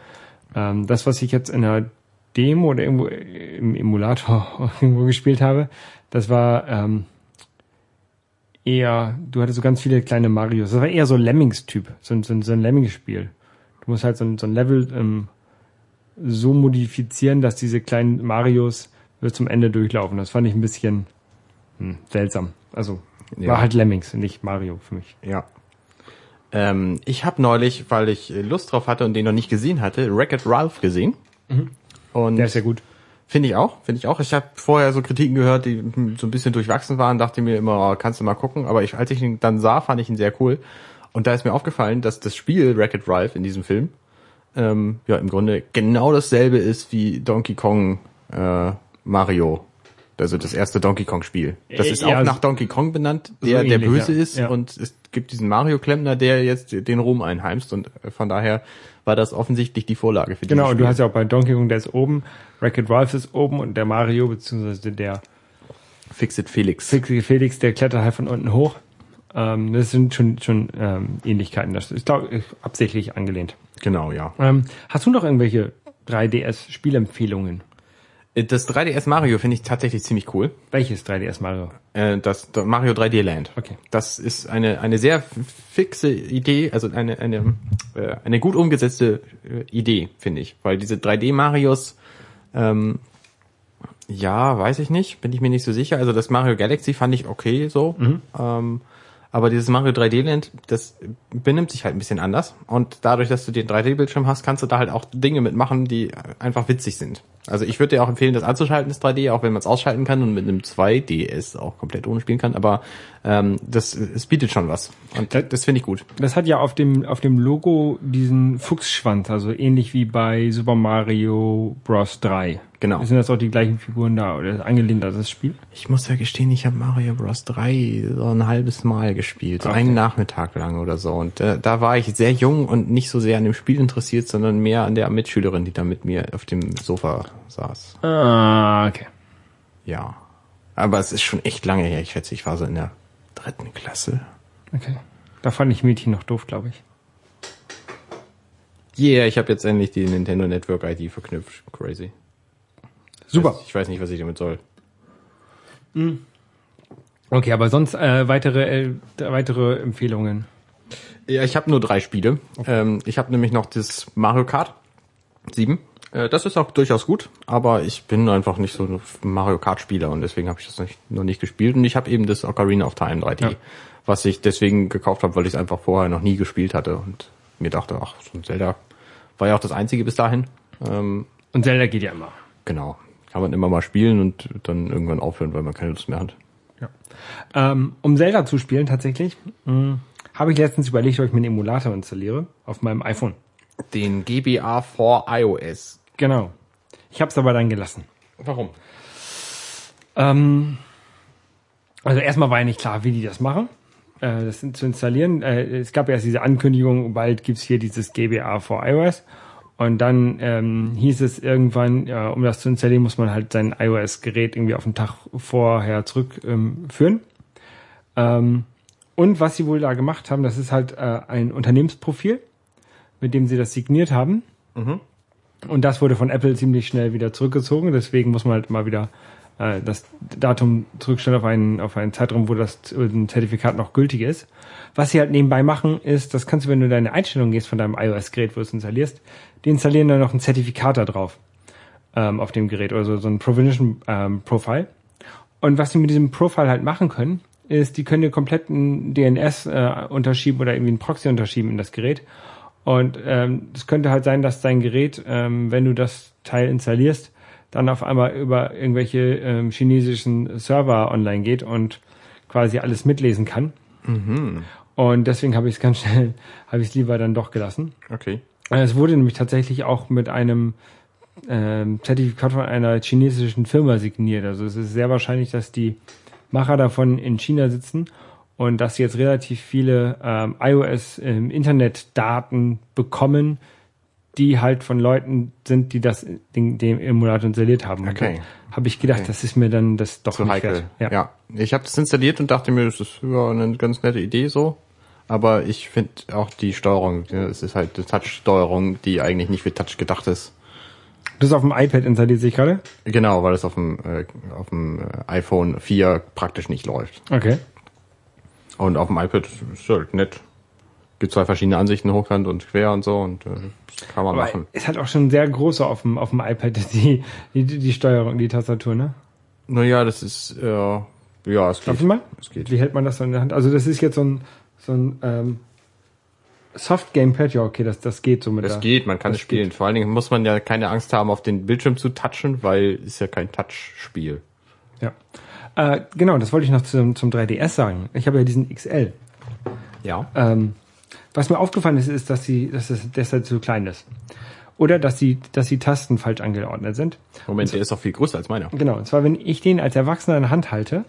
A: ähm, das, was ich jetzt in der Demo oder irgendwo äh, im Emulator irgendwo gespielt habe, das war ähm, eher, du hattest so ganz viele kleine Marios. Das war eher so Lemmings-Typ, so, ein- so, ein- so ein Lemmings-Spiel. Du musst halt so, ein- so ein Level ähm, so modifizieren, dass diese kleinen Marios bis zum Ende durchlaufen. Das fand ich ein bisschen hm, seltsam. Also
B: Ja.
A: war halt Lemmings, nicht Mario für mich.
B: Ja. Ähm, ich habe neulich, weil ich äh, Lust drauf hatte und den noch nicht gesehen hatte, Wreck-It Ralph gesehen. Mhm. Und
A: Der ist ja gut.
B: Finde ich auch, finde ich auch. Ich habe vorher so Kritiken gehört, die hm, so ein bisschen durchwachsen waren, dachte mir immer, oh, kannst du mal gucken. Aber ich, als ich ihn dann sah, fand ich ihn sehr cool. Und da ist mir aufgefallen, dass das Spiel Racket Ralph in diesem Film ähm, ja im Grunde genau dasselbe ist wie Donkey Kong äh, Mario. Also das erste Donkey Kong Spiel. Das
A: Äh,
B: ist
A: ja,
B: auch
A: so-
B: nach Donkey Kong benannt, der,
A: So
B: der
A: ähnlich,
B: böse
A: ja.
B: ist.
A: Ja.
B: Und es gibt diesen Mario Klempner, der jetzt den Ruhm einheimst. Und äh, von daher war das offensichtlich die Vorlage für
A: Genau, und
B: dieses Spiel.
A: du hast ja auch bei Donkey Kong, der ist oben, Wreck-It Ralph ist oben und der Mario, beziehungsweise der
B: Fix it Felix.
A: Fixie Felix, der klettert halt von unten hoch. Ähm, das sind schon, schon ähm, Ähnlichkeiten. Das ist, glaube ich, absichtlich angelehnt.
B: Genau, ja.
A: Ähm, hast du noch irgendwelche 3DS-Spielempfehlungen?
B: Das 3DS Mario finde ich tatsächlich ziemlich cool.
A: Welches 3DS Mario?
B: Äh, Das das Mario 3D Land.
A: Okay.
B: Das ist eine, eine sehr f- fixe Idee, also eine, eine, äh, eine gut umgesetzte äh, Idee, finde ich. Weil diese 3D Marios, ähm, ja, weiß ich nicht, bin ich mir nicht so sicher. Also das Mario Galaxy fand ich okay so. Ähm, aber dieses Mario 3D Land, das benimmt sich halt ein bisschen anders. Und dadurch, dass du den 3D-Bildschirm hast, kannst du da halt auch Dinge mitmachen, die einfach witzig sind. Also ich würde dir auch empfehlen, das anzuschalten, das 3D, auch wenn man es ausschalten kann und mit einem 2DS auch komplett ohne spielen kann. Aber ähm, das, es bietet schon was. Und das, finde ich gut.
A: Das hat ja auf dem, auf dem Logo diesen Fuchsschwanz, also ähnlich wie bei Super Mario Bros. 3.
B: Genau.
A: Sind das auch die gleichen Figuren da oder ist angelehnt an das Spiel?
B: Ich muss ja gestehen, ich habe Mario Bros. 3 so ein halbes Mal gespielt, so einen Nachmittag lang oder so. Und äh, da war ich sehr jung und nicht so sehr an dem Spiel interessiert, sondern mehr an der Mitschülerin, die da mit mir auf dem Sofa saß.
A: Ah, okay.
B: Ja. Aber es ist schon echt lange her. Ich schätze, ich war so in der dritten Klasse.
A: Okay. Da fand ich Mädchen noch doof, glaube ich.
B: Yeah, ich habe jetzt endlich die Nintendo Network ID verknüpft. Crazy.
A: Super.
B: Ich weiß nicht, was ich damit soll.
A: Okay, aber sonst äh, weitere, äh, weitere Empfehlungen.
B: Ja, ich habe nur drei Spiele. Ähm, ich habe nämlich noch das Mario Kart 7. Äh, das ist auch durchaus gut, aber ich bin einfach nicht so ein Mario Kart Spieler und deswegen habe ich das nicht, noch nicht gespielt. Und ich habe eben das Ocarina of Time 3D,
A: Ja.
B: was ich deswegen gekauft habe, weil ich es einfach vorher noch nie gespielt hatte und mir dachte, ach, so ein Zelda war ja auch das einzige bis dahin. Ähm,
A: Und Zelda geht ja immer.
B: Genau. Kann man immer mal spielen und dann irgendwann aufhören, weil man keine Lust mehr hat.
A: Ähm, um Zelda zu spielen tatsächlich, mh, habe ich letztens überlegt, ob ich mir einen Emulator installiere auf meinem iPhone.
B: Den GBA for iOS.
A: Genau. Ich habe es aber dann gelassen.
B: Warum?
A: Ähm, also erstmal war ja nicht klar, wie die das machen, äh, das in- zu installieren. Äh, es gab erst diese Ankündigung, bald gibt's hier dieses GBA for iOS. Und dann ähm, hieß es irgendwann, äh, um das zu installieren, muss man halt sein iOS-Gerät irgendwie auf den Tag vorher zurückführen. Ähm, führen. ähm, und was sie wohl da gemacht haben, das ist halt äh, ein Unternehmensprofil, mit dem sie das signiert haben. Und das wurde von Apple ziemlich schnell wieder zurückgezogen. Deswegen muss man halt mal wieder äh, das Datum zurückstellen auf einen, auf einen Zeitraum, wo das Z- ein Zertifikat noch gültig ist. Was sie halt nebenbei machen, ist, das kannst du, wenn du deine Einstellungen gehst von deinem iOS-Gerät, wo du es installierst, die installieren dann noch ein Zertifikat da drauf ähm, auf dem Gerät, also so ein Provision ähm, Profile. Und was sie mit diesem Profile halt machen können, ist, die können den kompletten DNS äh, unterschieben oder irgendwie einen Proxy unterschieben in das Gerät. Und ähm, es könnte halt sein, dass dein Gerät, ähm, wenn du das Teil installierst, dann auf einmal über irgendwelche ähm, chinesischen Server online geht und quasi alles mitlesen kann. Und deswegen habe ich es ganz schnell, habe ich es lieber dann doch gelassen.
B: Okay.
A: Äh, Es wurde nämlich tatsächlich auch mit einem ähm, Zertifikat von einer chinesischen Firma signiert. Also es ist sehr wahrscheinlich, dass die Macher davon in China sitzen und dass sie jetzt relativ viele ähm, iOS-Internetdaten bekommen, die halt von Leuten sind, die das den, dem Emulator installiert haben.
B: Okay.
A: Habe ich gedacht,
B: Okay.
A: das ist mir dann das doch
B: Zu
A: nicht
B: heikel.
A: wert.
B: Ja. Ich habe das installiert und dachte mir, das ist ja eine ganz nette Idee so. Aber ich finde auch die Steuerung, ja, es ist halt eine Touch-Steuerung, die eigentlich nicht für Touch gedacht ist.
A: Das ist auf dem iPad installiert sich gerade.
B: Genau, weil es auf dem, äh, auf dem äh, iPhone 4 praktisch nicht läuft.
A: Okay.
B: Und auf dem iPad ist halt nett. Gibt zwei verschiedene Ansichten, Hochkant und quer und so und äh, das kann man
A: Aber
B: machen.
A: ist halt auch schon sehr groß auf dem, auf dem iPad, die, die, die Steuerung, die Tastatur, ne?
B: Naja, das ist äh, ja es
A: Darf
B: geht.
A: ich mal?
B: Es geht.
A: Wie hält man das so in der Hand? Also das ist jetzt so ein, so ein ähm, Soft Gamepad. Ja, okay, das, das geht so mit
B: Es
A: der-
B: geht, man kann
A: Das
B: es spielen. Vor allen Dingen muss man ja keine Angst haben, auf den Bildschirm zu touchen, weil ist ja kein Touch-Spiel.
A: Ja. Äh, genau, das wollte ich noch zum, zum 3DS sagen. Ich habe ja diesen XL.
B: Ja.
A: Ähm, was mir aufgefallen ist, ist, dass, sie, dass das deshalb zu klein ist. Oder dass die, dass die Tasten falsch angeordnet sind.
B: Moment, der ist auch viel größer als meiner.
A: Genau, und zwar, wenn ich den als Erwachsener in der Hand halte,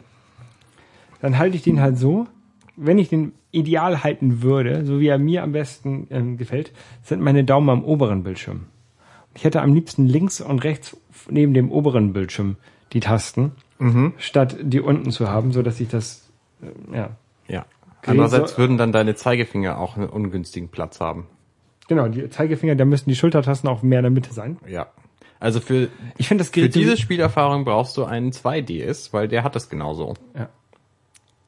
A: dann halte ich den halt so, wenn ich den ideal halten würde, so wie er mir am besten ähm, gefällt, sind meine Daumen am oberen Bildschirm. Ich hätte am liebsten links und rechts f- neben dem oberen Bildschirm die Tasten,
B: Mhm.
A: statt die unten zu haben, so dass ich das, äh, ja,
B: Ja.
A: Gräser-
B: Andererseits würden dann deine Zeigefinger auch einen ungünstigen Platz haben.
A: genau, die Zeigefinger, da müssten die Schultertasten auch mehr in der Mitte sein.
B: Ja. Also für,
A: Ich finde das
B: für
A: Gerät, so-
B: diese Spielerfahrung brauchst du einen 2DS, weil der hat das genauso.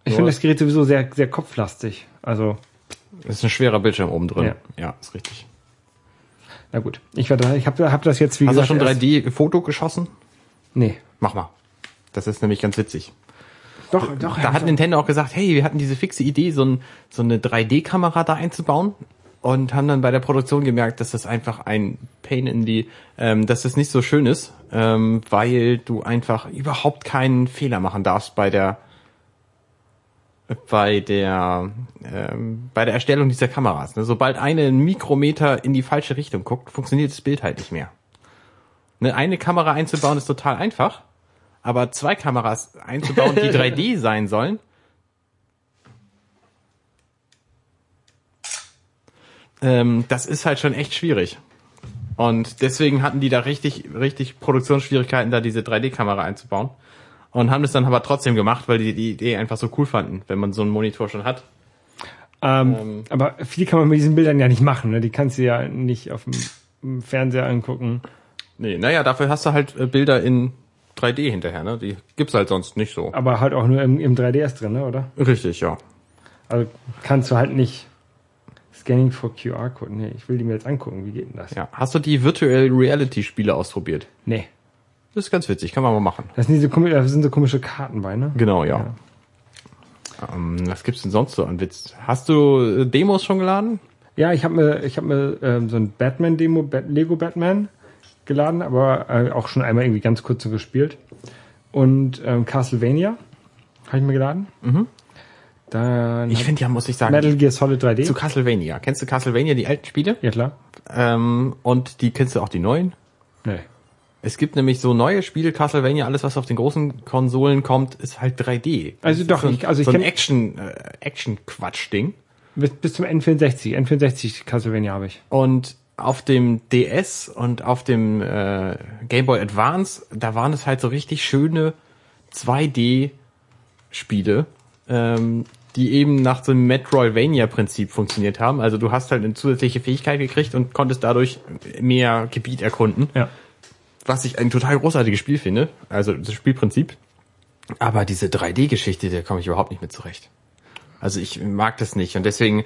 A: ich finde das Gerät sowieso sehr, sehr kopflastig. Also,
B: Das ist ein schwerer Bildschirm oben drin.
A: Ja.
B: ja ist richtig.
A: na gut. Ich werde, ich habe hab das jetzt, wie
B: Hast du
A: gesagt,
B: schon
A: erst-
B: 3D-Foto geschossen?
A: Nee.
B: Mach mal. Das ist nämlich ganz witzig.
A: Doch, doch.
B: Da hat Nintendo auch gesagt, hey, wir hatten diese fixe Idee, so, ein, so eine 3D-Kamera da einzubauen und haben dann bei der Produktion gemerkt, dass das einfach ein Pain in die, ähm, dass das nicht so schön ist, ähm, weil du einfach überhaupt keinen Fehler machen darfst bei der bei der ähm, bei der Erstellung dieser Kameras. Ne? Sobald eine einen Mikrometer in die falsche Richtung guckt, funktioniert das Bild halt nicht mehr. Ne? Eine Kamera einzubauen ist total einfach, aber zwei Kameras einzubauen, die 3D sein sollen, ähm, das ist halt schon echt schwierig. Und deswegen hatten die da richtig, richtig Produktionsschwierigkeiten, da diese 3D-Kamera einzubauen. Und haben das dann aber trotzdem gemacht, weil die die Idee einfach so cool fanden, wenn man so einen Monitor schon hat.
A: Ähm, aber viel kann man mit diesen Bildern ja nicht machen. Ne? Die kannst du ja nicht auf dem im Fernseher angucken.
B: Nee, naja, dafür hast du halt äh, Bilder in 3D hinterher, ne? Die gibt's halt sonst nicht so.
A: Aber halt auch nur im, im 3DS drin, ne? oder?
B: Richtig, ja.
A: Also kannst du halt nicht Scanning for QR-Code. Nee, ich will die mir jetzt angucken. Wie geht denn das?
B: ja. Hast du die Virtual Reality Spiele ausprobiert?
A: Nee.
B: Das ist ganz witzig, kann man mal machen.
A: Das sind, diese, komi- das sind so komische Karten bei, ne?
B: Genau, ja. Ähm, was gibt's denn sonst so an Witz? Hast du äh, Demos schon geladen?
A: Ja, ich habe mir, ich hab mir ähm, so ein Batman-Demo, Bat Lego Batman geladen, aber äh, auch schon einmal irgendwie ganz kurz so gespielt. Und ähm, Castlevania Habe ich mir geladen. Dann
B: Mhm. Ich
A: hab-
B: finde ja, muss ich sagen,
A: Metal Gear Solid 3D.
B: zu Castlevania. Kennst du Castlevania, die alten Spiele?
A: ja klar.
B: Ähm, und die kennst du auch die neuen?
A: Nee.
B: Es gibt nämlich so neue Spiele, Castlevania, alles was auf den großen Konsolen kommt, ist halt 3D.
A: Also
B: Das ist
A: doch,
B: so ein,
A: ich- also ich
B: so ein
A: kenn-
B: Action, äh, Action-Quatsch-Ding.
A: Bis, bis zum N64. N64 Castlevania habe ich.
B: Und auf dem DS und auf dem äh, Game Boy Advance, da waren es halt so richtig schöne 2D-Spiele, ähm, die eben nach so einem Metroidvania-Prinzip funktioniert haben. Also du hast halt eine zusätzliche Fähigkeit gekriegt und konntest dadurch mehr Gebiet erkunden.
A: Ja.
B: was ich ein total großartiges Spiel finde, also das Spielprinzip. Aber diese 3D-Geschichte, da komme ich überhaupt nicht mit zurecht. Also ich mag das nicht und deswegen,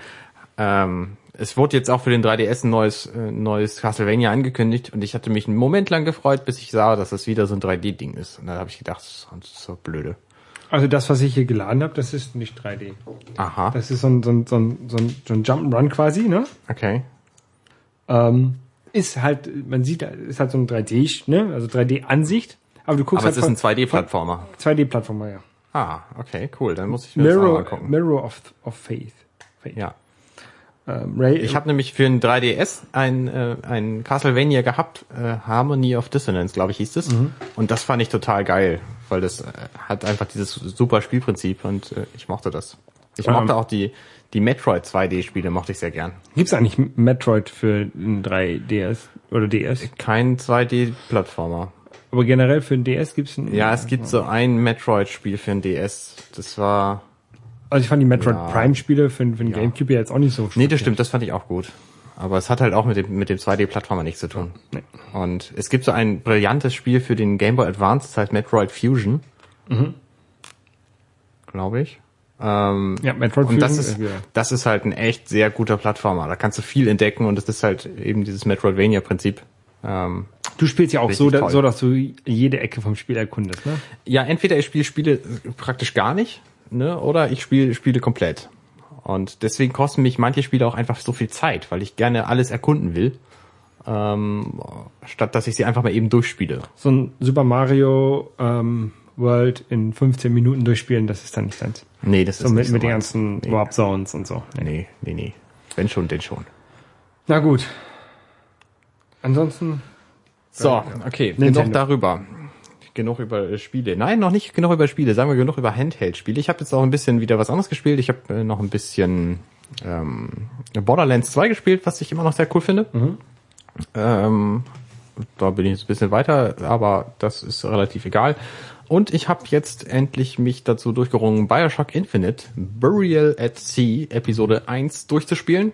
B: ähm, es wurde jetzt auch für den 3DS ein neues, äh, neues Castlevania angekündigt und ich hatte mich einen Moment lang gefreut, bis ich sah, dass das wieder so ein 3D-Ding ist. Und dann habe ich gedacht, das ist so blöde.
A: Also das, was ich hier geladen habe, das ist nicht 3D.
B: Aha,
A: Das ist so ein, so ein, so ein, so ein, so ein Jump'n'Run quasi, ne?
B: okay.
A: Ähm, ist halt, man sieht, ist halt so ein 3D, ne? Also 3D-Ansicht. Aber du guckst
B: Aber es ist ein
A: halt
B: 2D-Plattformer.
A: 2D-Plattformer, ja.
B: Ah, okay, cool. Dann muss ich mir das auch mal
A: Mirror,
B: angucken.
A: Mirror of, of Faith. Faith.
B: Ja.
A: Ähm, Ray,
B: Ich habe nämlich für einen 3DS ein, äh, ein Castlevania gehabt, äh, Harmony of Dissonance, glaube ich, hieß es. Und das fand ich total geil, weil das äh, hat einfach dieses super Spielprinzip und äh, ich mochte das. Ich
A: Ähm.
B: mochte auch die, die Metroid 2D-Spiele, mochte ich sehr gern.
A: gibt's eigentlich Metroid für ein 3DS oder DS?
B: Kein 2D-Plattformer.
A: Aber generell für ein DS gibt's ein.
B: Ja, es gibt so ein Metroid-Spiel für den DS. Das war.
A: Also ich fand die Metroid
B: Ja.
A: Prime-Spiele für, für den Gamecube ja jetzt auch nicht so
B: Nee, das stimmt, das fand ich auch gut. Aber es hat halt auch mit dem, mit dem 2D-Plattformer nichts zu tun. Und es gibt so ein brillantes Spiel für den Game Boy Advance, das heißt Metroid Fusion.
A: Mhm.
B: Glaube ich. Ähm,
A: Ja, Metroid
B: und das ist,
A: Fusion, äh, ja.
B: das ist halt ein echt sehr guter Plattformer. Da kannst du viel entdecken und es ist halt eben dieses Metroidvania-Prinzip. Ähm,
A: Du spielst ja auch so,
B: Richtig
A: da,
B: toll.
A: so, dass du jede Ecke vom Spiel erkundest, ne?
B: ja, entweder ich spiele Spiele äh, praktisch gar nicht, ne, oder ich spiele Spiele komplett. Und deswegen kosten mich manche Spiele auch einfach so viel Zeit, weil ich gerne alles erkunden will, ähm, statt dass ich sie einfach mal eben durchspiele.
A: So ein Super Mario ähm, World in 15 Minuten durchspielen, das ist dann nicht deins.
B: Nee, das
A: So
B: ist
A: mit,
B: nicht
A: mit den
B: meins.
A: ganzen
B: Nee.
A: Warp Zones und so.
B: Nee, nee, nee. Wenn schon, denn schon.
A: Na gut. Ansonsten
B: So, okay,
A: Nintendo.
B: genug darüber. Genug über äh, Spiele. Nein, noch nicht genug über Spiele. Sagen wir genug über Handheld-Spiele. Ich habe jetzt auch ein bisschen wieder was anderes gespielt. Ich habe äh, noch ein bisschen ähm, Borderlands 2 gespielt, was ich immer noch sehr cool finde. Ähm, da bin ich jetzt ein bisschen weiter, aber das ist relativ egal. Und ich habe jetzt endlich mich dazu durchgerungen, Bioshock Infinite Burial at Sea Episode 1 durchzuspielen.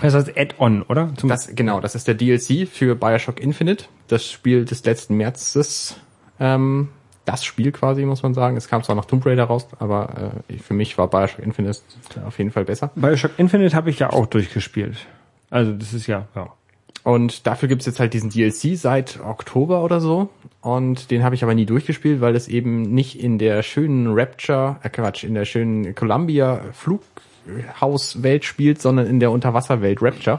A: das heißt Add-on, oder? Zum
B: Das, genau, das ist der DLC für Bioshock Infinite. Das Spiel des letzten Märzes. Ähm, das Spiel quasi, muss man sagen. Es kam zwar noch Tomb Raider raus, aber äh, für mich war Bioshock Infinite auf jeden Fall besser.
A: Bioshock Infinite habe ich ja auch durchgespielt. Also das ist ja, ja.
B: Und dafür gibt's jetzt halt diesen DLC seit Oktober oder so. Und den habe ich aber nie durchgespielt, weil das eben nicht in der schönen Rapture, äh Quatsch, in der schönen Columbia Flughauswelt spielt, sondern in der Unterwasserwelt Rapture,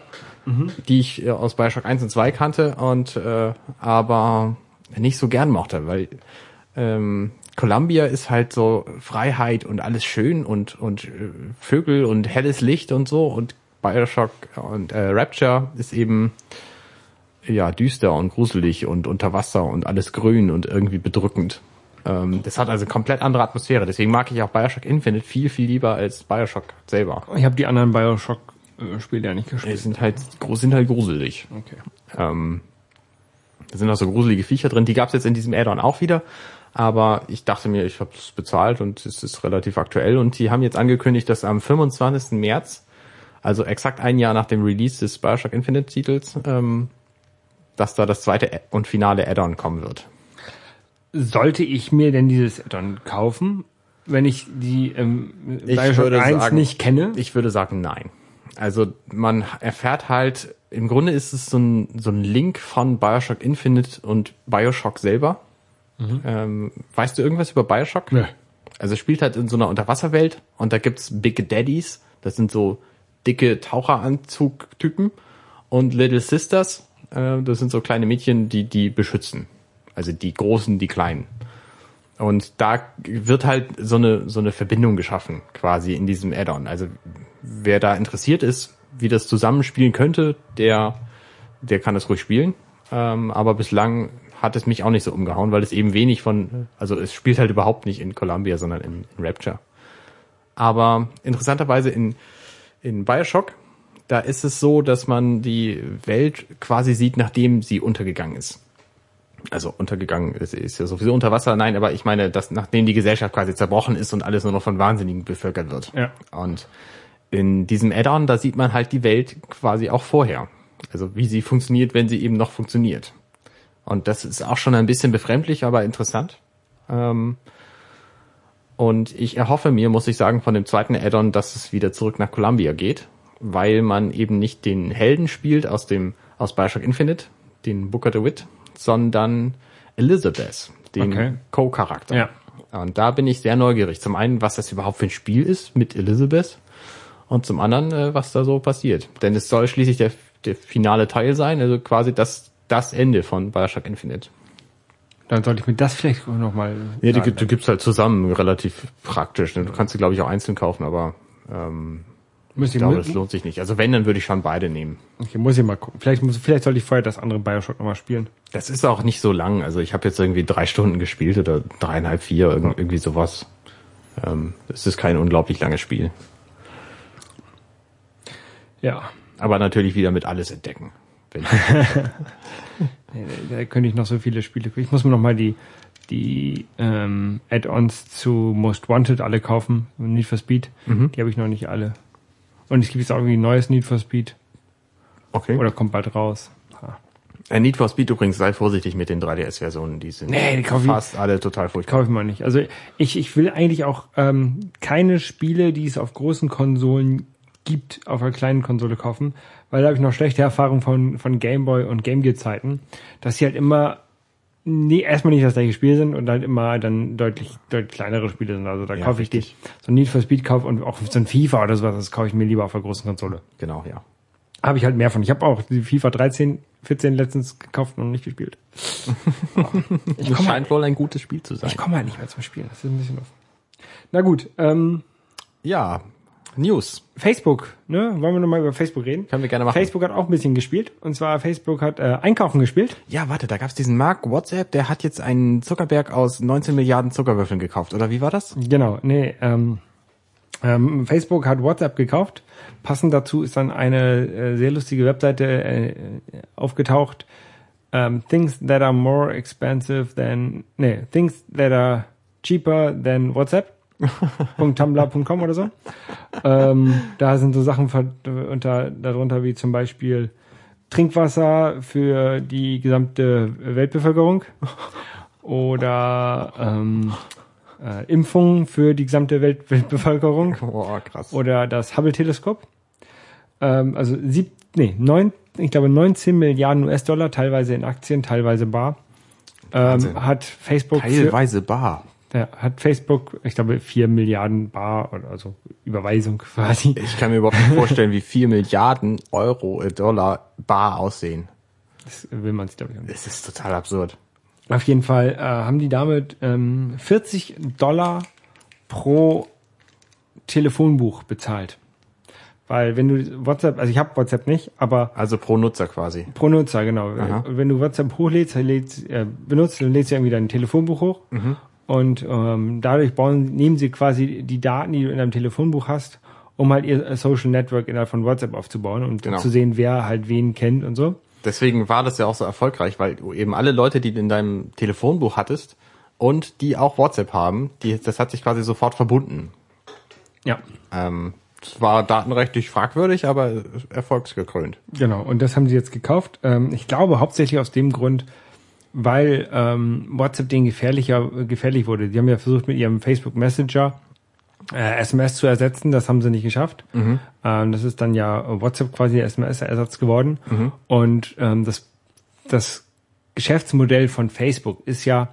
B: die ich äh, aus Bioshock 1 und 2 kannte und äh, aber nicht so gern mochte, weil ähm, Columbia ist halt so Freiheit und alles schön und, und äh, Vögel und helles Licht und so und Bioshock und äh, Rapture ist eben ja düster und gruselig und unter Wasser und alles grün und irgendwie bedrückend. Ähm, das hat also komplett andere Atmosphäre. Deswegen mag ich auch Bioshock Infinite viel, viel lieber als Bioshock selber.
A: Ich habe die anderen Bioshock äh, Spiele ja nicht gespielt.
B: Die sind halt, gru- sind halt gruselig.
A: Okay.
B: Ähm, da sind auch so gruselige Viecher drin. Die gab es jetzt in diesem Add-on auch wieder. Aber ich dachte mir, ich habe es bezahlt und es ist relativ aktuell. Und die haben jetzt angekündigt, dass am 25. März, also exakt ein Jahr nach dem Release des Bioshock Infinite-Titels, ähm, dass da das zweite und finale Add-on kommen wird.
A: Sollte ich mir denn dieses Add-on kaufen, wenn ich die ähm, Bioshock 1 nicht kenne?
B: Ich würde sagen, nein. Also man erfährt halt, im Grunde ist es so ein, so ein Link von Bioshock Infinite und Bioshock selber. Ähm, weißt du irgendwas über Bioshock?
A: Nö.
B: Also es spielt halt in so einer Unterwasserwelt und da gibt's Big Daddies, das sind so dicke Taucheranzug-Typen und Little Sisters, äh, das sind so kleine Mädchen, die die beschützen. Also die Großen, die Kleinen. Und da wird halt so eine, so eine Verbindung geschaffen, quasi in diesem Add-on. Also wer da interessiert ist, wie das zusammenspielen könnte, der, der kann das ruhig spielen. Ähm, aber bislang hat es mich auch nicht so umgehauen, weil es eben wenig von, also es spielt halt überhaupt nicht in Columbia, sondern in, in Rapture. Aber interessanterweise in, in Bioshock, da ist es so, dass man die Welt quasi sieht, nachdem sie untergegangen ist. Also untergegangen ist, ist ja sowieso unter Wasser, nein, aber ich meine, dass nachdem die Gesellschaft quasi zerbrochen ist und alles nur noch von Wahnsinnigen bevölkert wird.
A: Ja.
B: Und in diesem Add-on, da sieht man halt die Welt quasi auch vorher. Also wie sie funktioniert, wenn sie eben noch funktioniert. Und das ist auch schon ein bisschen befremdlich, aber interessant. Ähm, und ich erhoffe mir, muss ich sagen, von dem zweiten Add-on, dass es wieder zurück nach Columbia geht, weil man eben nicht den Helden spielt aus dem aus Bioshock Infinite, den Booker DeWitt, sondern Elizabeth, den
A: Okay.
B: Co-Charakter.
A: Ja.
B: Und da bin ich sehr neugierig. Zum einen, was das überhaupt für ein Spiel ist mit Elizabeth und zum anderen, äh, was da so passiert. Denn es soll schließlich der, der finale Teil sein, also quasi das, das Ende von Bioshock Infinite.
A: Dann sollte ich mir das vielleicht nochmal.
B: Ja, die, gibt- die gibt's halt zusammen, relativ praktisch. ne? Du kannst sie, glaube ich, auch einzeln kaufen, aber
A: Muss
B: ich
A: ich,
B: glaube,
A: mü-
B: das lohnt sich nicht. Also wenn, dann würde ich schon beide nehmen.
A: okay, muss ich mal gucken. Vielleicht, muss, vielleicht sollte ich vorher das andere Bioshock nochmal spielen.
B: Das ist auch nicht so lang. Also ich habe jetzt irgendwie drei Stunden gespielt oder dreieinhalb, vier, irg irgendwie sowas. Ähm, Es ist kein unglaublich langes Spiel.
A: Ja.
B: Aber natürlich wieder mit alles entdecken. Wenn-
A: Nee, Da, da könnte ich noch so viele Spiele. Ich muss mir nochmal die, die ähm, Add-ons zu Most Wanted alle kaufen. und Need for Speed. Die habe ich noch nicht alle. Und es gibt jetzt auch irgendwie ein neues Need for Speed.
B: okay.
A: Oder kommt bald raus. Ha.
B: Äh, Need for Speed übrigens, sei vorsichtig mit den 3DS-Versionen. Die sind
A: Nee, die kaufe ich-
B: fast alle total furchtbar.
A: Kaufe ich mal nicht. Also ich, ich will eigentlich auch ähm, keine Spiele, die es auf großen Konsolen gibt, auf einer kleinen Konsole kaufen, weil da habe ich noch schlechte Erfahrungen von, von Gameboy und Game Gear Zeiten, dass sie halt immer nee, erstmal nicht das gleiche Spiel sind und halt immer dann deutlich, deutlich kleinere Spiele sind. Also da
B: Ja,
A: kaufe ich
B: richtig.
A: dich. So ein Need for Speed kauf und auch so ein FIFA oder sowas, das kaufe ich mir lieber auf der großen Konsole.
B: Genau, ja.
A: Habe ich halt mehr von. Ich habe auch die FIFA 13, 14 letztens gekauft und noch nicht gespielt.
B: Ich das scheint wohl ein gutes Spiel zu sein.
A: Ich komme halt nicht mehr zum Spielen. Das ist ein bisschen doof. Na gut, ähm,
B: Ja, News.
A: Facebook, ne? Wollen wir nochmal über Facebook reden?
B: Können wir gerne machen.
A: Facebook hat auch ein bisschen gespielt. Und zwar Facebook hat äh, Einkaufen gespielt.
B: Ja, warte, da gab's diesen Mark WhatsApp, der hat jetzt einen Zuckerberg aus 19 Milliarden Zuckerwürfeln gekauft, oder wie war das?
A: Genau, nee, ähm, ähm, Facebook hat WhatsApp gekauft. Passend dazu ist dann eine äh, sehr lustige Webseite äh, aufgetaucht. Ähm, things that are more expensive than, nee, things that are cheaper than WhatsApp. .tumblr.com oder so. Ähm, da sind so Sachen ver- unter, darunter wie zum Beispiel Trinkwasser für die gesamte Weltbevölkerung oder ähm, äh, Impfungen für die gesamte Welt Weltbevölkerung
B: Boah, krass.
A: oder das Hubble-Teleskop. Ähm, also sieb, nee, neun, ich glaube 19 Milliarden US-Dollar, teilweise in Aktien, teilweise bar, ähm,
B: Wahnsinn.
A: hat Facebook für,
B: Teilweise bar.
A: ja, hat Facebook, ich glaube, 4 Milliarden Bar oder also Überweisung quasi.
B: Ich kann mir überhaupt nicht vorstellen, wie 4 Milliarden Euro, äh, Dollar bar aussehen.
A: Das will man sich, glaube ich, auch nicht.
B: Das ist total absurd.
A: Auf jeden Fall äh, haben die damit ähm, 40 Dollar pro Telefonbuch bezahlt. Weil wenn du WhatsApp, also ich habe WhatsApp nicht, aber
B: Also pro Nutzer quasi.
A: Pro Nutzer, genau.
B: Aha.
A: Wenn du WhatsApp hochlädst, lädst, äh, benutzt, dann lädst du irgendwie dein Telefonbuch hoch.
B: Mhm.
A: Und ähm, dadurch bauen, nehmen sie quasi die Daten, die du in deinem Telefonbuch hast, um halt ihr äh, Social Network innerhalb von WhatsApp aufzubauen und
B: Genau.
A: zu sehen, wer halt wen kennt und so.
B: Deswegen war das ja auch so erfolgreich, weil du eben alle Leute, die du in deinem Telefonbuch hattest und die auch WhatsApp haben, die, das hat sich quasi sofort verbunden.
A: Ja.
B: Ähm, es war datenrechtlich fragwürdig, aber erfolgsgekrönt.
A: Genau, und das haben sie jetzt gekauft. Ähm, ich glaube hauptsächlich aus dem Grund, weil ähm, WhatsApp denen gefährlicher, gefährlich wurde. Die haben ja versucht, mit ihrem Facebook Messenger äh, SMS zu ersetzen. Das haben sie nicht geschafft. Ähm, das ist dann ja WhatsApp quasi der SMS-Ersatz geworden. Und ähm, das, das Geschäftsmodell von Facebook ist ja,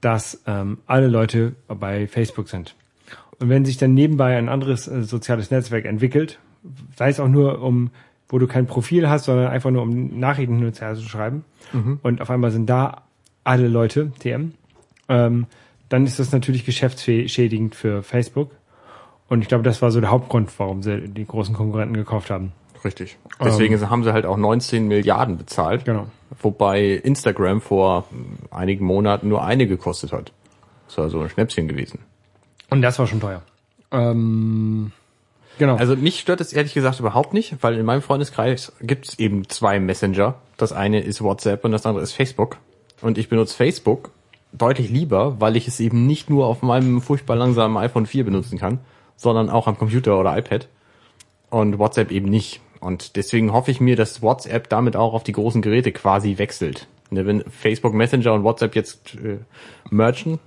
A: dass ähm, alle Leute bei Facebook sind. Und wenn sich dann nebenbei ein anderes äh, soziales Netzwerk entwickelt, sei es auch nur um, wo du kein Profil hast, sondern einfach nur um Nachrichten hin und Mhm. her zu schreiben, und auf einmal sind da alle Leute, TM, ähm, dann ist das natürlich geschäftsschädigend für Facebook. Und ich glaube, das war so der Hauptgrund, warum sie die großen Konkurrenten gekauft haben.
B: Richtig. Deswegen haben sie halt auch 19 Milliarden bezahlt.
A: Genau.
B: Wobei Instagram vor einigen Monaten nur eine gekostet hat. Das war so ein Schnäppchen gewesen.
A: Und das war schon teuer. Ähm, genau.
B: Also mich stört es ehrlich gesagt überhaupt nicht, weil in meinem Freundeskreis gibt es eben zwei Messenger. Das eine ist WhatsApp und das andere ist Facebook. Und ich benutze Facebook deutlich lieber, weil ich es eben nicht nur auf meinem furchtbar langsamen iPhone 4 benutzen kann, sondern auch am Computer oder iPad. Und WhatsApp eben nicht. Und deswegen hoffe ich mir, dass WhatsApp damit auch auf die großen Geräte quasi wechselt. Ne, wenn Facebook Messenger und WhatsApp jetzt äh, mergen,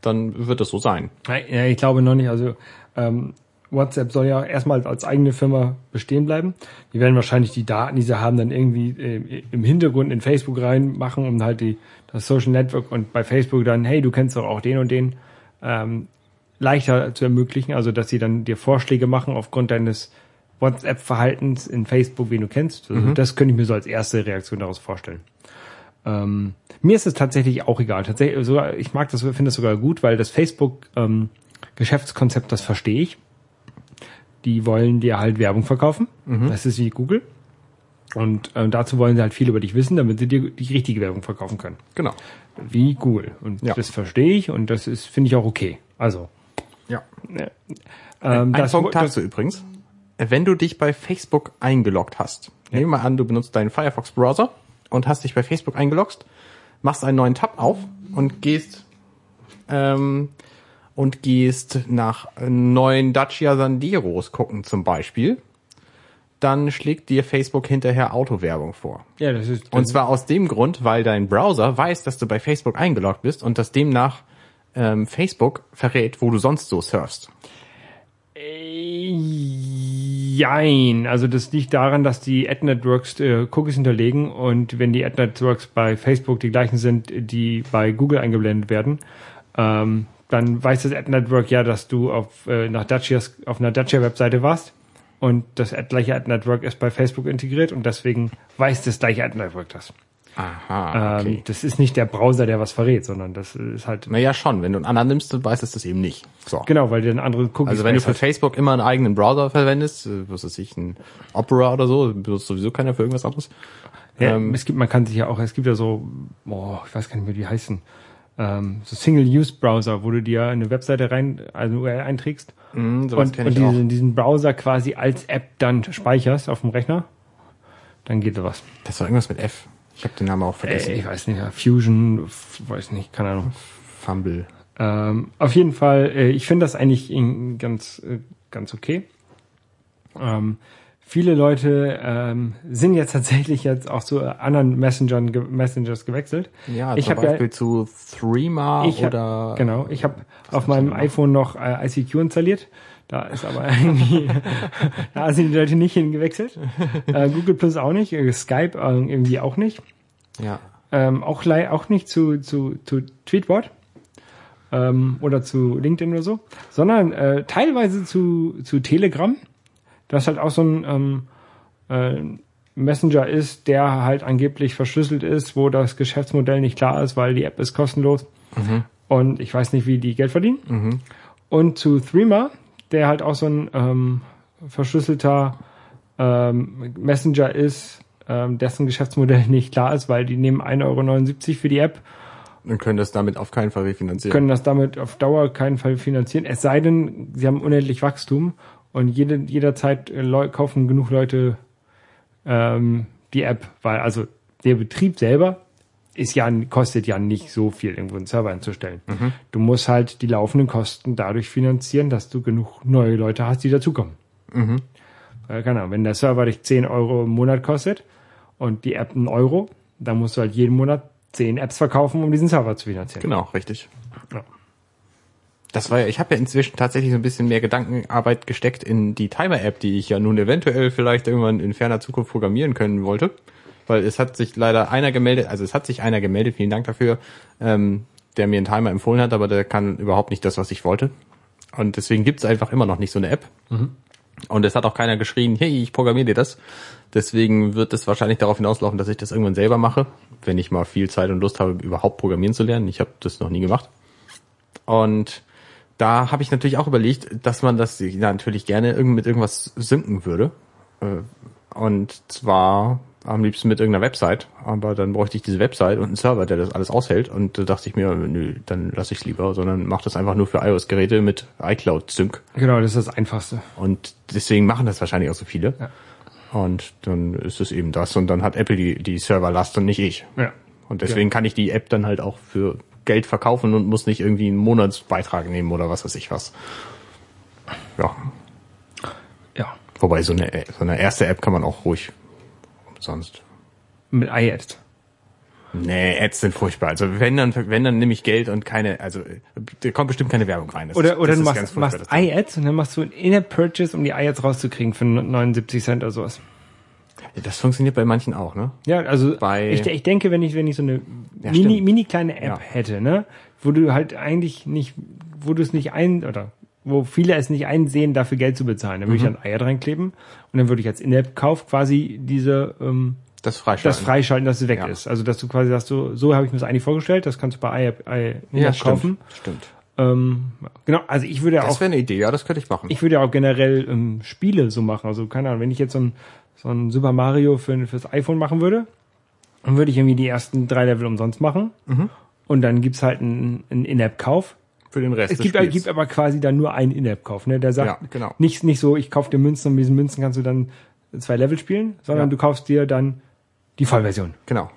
B: dann wird das so sein.
A: Ja, ich glaube noch nicht. Also ähm, WhatsApp soll ja erstmal als eigene Firma bestehen bleiben. Die werden wahrscheinlich die Daten, die sie haben, dann irgendwie äh, im Hintergrund in Facebook reinmachen, um halt die, das Social Network und bei Facebook dann, hey, du kennst doch auch den und den, ähm, leichter zu ermöglichen. Also, dass sie dann dir Vorschläge machen aufgrund deines WhatsApp-Verhaltens in Facebook, wen du kennst. Also, Das könnte ich mir so als erste Reaktion daraus vorstellen. Ähm, mir ist es tatsächlich auch egal. Tatsächlich, sogar, ich mag das, finde das sogar gut, weil das Facebook-Geschäftskonzept, das verstehe ich. Die wollen dir halt Werbung verkaufen.
B: Mhm.
A: Das ist wie Google. Und ähm, dazu wollen sie halt viel über dich wissen, damit sie dir die richtige Werbung verkaufen können.
B: Genau.
A: Wie Google. Und
B: Ja.
A: das verstehe ich und das ist, finde ich auch okay. Also.
B: Ja.
A: Ähm,
B: Ein
A: das,
B: Punkt
A: das,
B: hast du übrigens. Wenn du dich bei Facebook eingeloggt hast, nehmen wir an, du benutzt deinen Firefox-Browser und hast dich bei Facebook eingeloggt, machst einen neuen Tab auf und gehst ähm, und gehst nach neuen Dacia Sanderos gucken zum Beispiel, dann schlägt dir Facebook hinterher Autowerbung vor.
A: ja, das ist,
B: Und zwar aus dem Grund, weil dein Browser weiß, dass du bei Facebook eingeloggt bist und dass demnach ähm, Facebook verrät, wo du sonst so surfst.
A: Äh, Jein. Also das liegt daran, dass die Ad-Networks äh, Cookies hinterlegen und wenn die Ad-Networks bei Facebook die gleichen sind, die bei Google eingeblendet werden, ähm, dann weiß das Ad-Network ja, dass du auf, äh, nach Dacias, auf einer Dacia-Webseite warst und das Ad gleiche Ad-Network ist bei Facebook integriert und deswegen weiß das gleiche Ad-Network das.
B: Aha,
A: Ähm, Das ist nicht der Browser, der was verrät, sondern das ist halt...
B: Naja, schon. Wenn du einen anderen nimmst, dann weißt du das eben nicht. So.
A: Genau, weil der einen anderen Cookies
B: Also wenn du
A: hast.
B: für Facebook immer einen eigenen Browser verwendest, äh, was weiß ich, ein Opera oder so, benutzt sowieso keiner für irgendwas anderes.
A: Ja,
B: Ähm,
A: es gibt, man kann sich ja auch, es gibt ja so, boah, ich weiß gar nicht mehr, wie die heißen, ähm, so Single-Use-Browser, wo du dir eine Webseite rein, also eine URL einträgst
B: Hm, sowas
A: und,
B: kenn
A: und diesen, diesen Browser quasi als App dann speicherst auf dem Rechner, dann geht sowas.
B: Das war irgendwas mit F. Ich habe den Namen auch vergessen.
A: Äh, ich weiß nicht, ja, Fusion, f- weiß nicht, keine Ahnung.
B: Fumble.
A: Ähm, auf jeden Fall, äh, ich finde das eigentlich in- ganz, äh, ganz okay. Ähm, viele Leute ähm, sind jetzt tatsächlich jetzt auch zu anderen Messengern, ge Messengers gewechselt.
B: Ja,
A: ich
B: zum
A: habe ja,
B: Beispiel zu Threema
A: ich hab,
B: oder
A: genau, ich habe auf meinem iPhone noch äh, ICQ installiert. Da ist aber irgendwie, da sind die Leute nicht hingewechselt. Äh, Google Plus auch nicht, äh, Skype äh, irgendwie auch nicht.
B: ja.
A: Ähm, auch, lei- auch nicht zu, zu, zu Tweetbot ähm, oder zu LinkedIn oder so, sondern äh, teilweise zu, zu Telegram, das halt auch so ein ähm, äh, Messenger ist, der halt angeblich verschlüsselt ist, wo das Geschäftsmodell nicht klar ist, weil die App ist kostenlos und ich weiß nicht, wie die Geld verdienen. Und zu Threema, der halt auch so ein ähm, verschlüsselter ähm, Messenger ist, ähm, dessen Geschäftsmodell nicht klar ist, weil die nehmen 1,79 Euro für die App,
B: Und können das damit auf keinen Fall refinanzieren.
A: können das damit auf Dauer keinen Fall finanzieren, es sei denn, sie haben unendlich Wachstum und jede, jederzeit äh, Leu kaufen genug Leute ähm, die App, weil also der Betrieb selber ist ja, kostet ja nicht so viel, irgendwo einen Server einzustellen. Du musst halt die laufenden Kosten dadurch finanzieren, dass du genug neue Leute hast, die dazukommen. Äh, keine Ahnung, wenn der Server dich 10 Euro im Monat kostet und die App einen Euro, dann musst du halt jeden Monat 10 Apps verkaufen, um diesen Server zu finanzieren.
B: Genau, richtig.
A: Ja.
B: Das war ja, ich habe ja inzwischen tatsächlich so ein bisschen mehr Gedankenarbeit gesteckt in die Timer-App, die ich ja nun eventuell vielleicht irgendwann in ferner Zukunft programmieren können wollte. Weil es hat sich leider einer gemeldet, also es hat sich einer gemeldet, vielen Dank dafür, ähm, der mir einen Timer empfohlen hat, aber der kann überhaupt nicht das, was ich wollte. Und deswegen gibt's einfach immer noch nicht so eine App. Und es hat auch keiner geschrien, hey, ich programmiere dir das. Deswegen wird es wahrscheinlich darauf hinauslaufen, dass ich das irgendwann selber mache, wenn ich mal viel Zeit und Lust habe, überhaupt programmieren zu lernen. Ich habe das noch nie gemacht. Und da habe ich natürlich auch überlegt, dass man das ja, natürlich gerne irgend- mit irgendwas sinken würde. Äh, Und zwar am liebsten mit irgendeiner Website, aber dann bräuchte ich diese Website und einen Server, der das alles aushält. Und da dachte ich mir, nö, dann lasse ich es lieber, sondern mach das einfach nur für iOS-Geräte mit iCloud-Sync.
A: Genau, das ist das Einfachste.
B: Und deswegen machen das wahrscheinlich auch so viele. Und dann ist es eben das. Und dann hat Apple die, die Serverlast und nicht ich.
A: Ja.
B: Und deswegen kann ich die App dann halt auch für Geld verkaufen und muss nicht irgendwie einen Monatsbeitrag nehmen oder was weiß ich was. Ja.
A: Ja.
B: Wobei so eine, so eine erste App kann man auch ruhig umsonst.
A: Mit iAds.
B: Nee, Ads sind furchtbar. Also wenn dann, wenn dann nehme ich Geld und keine, also äh, da kommt bestimmt keine Werbung rein. Das,
A: Oder, oder du
B: das ist
A: machst,
B: ganz furchtbar,
A: machst
B: das-
A: iAds und dann machst du ein In-App-Purchase, um die iAds rauszukriegen für 79 Cent oder sowas.
B: Das funktioniert bei manchen auch, ne?
A: Ja, also
B: Bei-
A: ich, ich denke, wenn ich, wenn ich so eine
B: Ja,
A: mini,
B: stimmt.
A: mini kleine App
B: Ja.
A: hätte, ne, wo du halt eigentlich nicht, wo du es nicht ein oder wo viele es nicht einsehen, dafür Geld zu bezahlen, dann würde
B: Mhm.
A: ich dann Eier dran kleben und dann würde ich als In-App-Kauf quasi diese ähm,
B: Das freischalten.
A: das freischalten, dass es weg
B: Ja.
A: ist. Also dass du quasi sagst, so, so habe ich mir das eigentlich vorgestellt, das kannst du bei iApp, iApp
B: ja,
A: kaufen.
B: stimmt. stimmt.
A: Ähm, genau, also ich würde ja
B: Das
A: auch
B: wäre eine Idee, ja, das könnte ich machen.
A: ich würde ja auch generell ähm, Spiele so machen. Also, keine Ahnung, wenn ich jetzt so ein, so ein Super Mario für, fürs iPhone machen würde, dann würde ich irgendwie die ersten drei Level umsonst machen.
B: Mhm.
A: Und dann gibt's halt einen, einen In-App-Kauf.
B: für den Rest
A: Es gibt,
B: Spiels.
A: gibt aber quasi dann nur einen In-App-Kauf. Ne? Der sagt
B: Ja, genau.
A: nicht, nicht so, ich kaufe dir Münzen und mit diesen Münzen kannst du dann zwei Level spielen, sondern
B: Ja.
A: du kaufst dir dann die Vollversion.
B: Genau.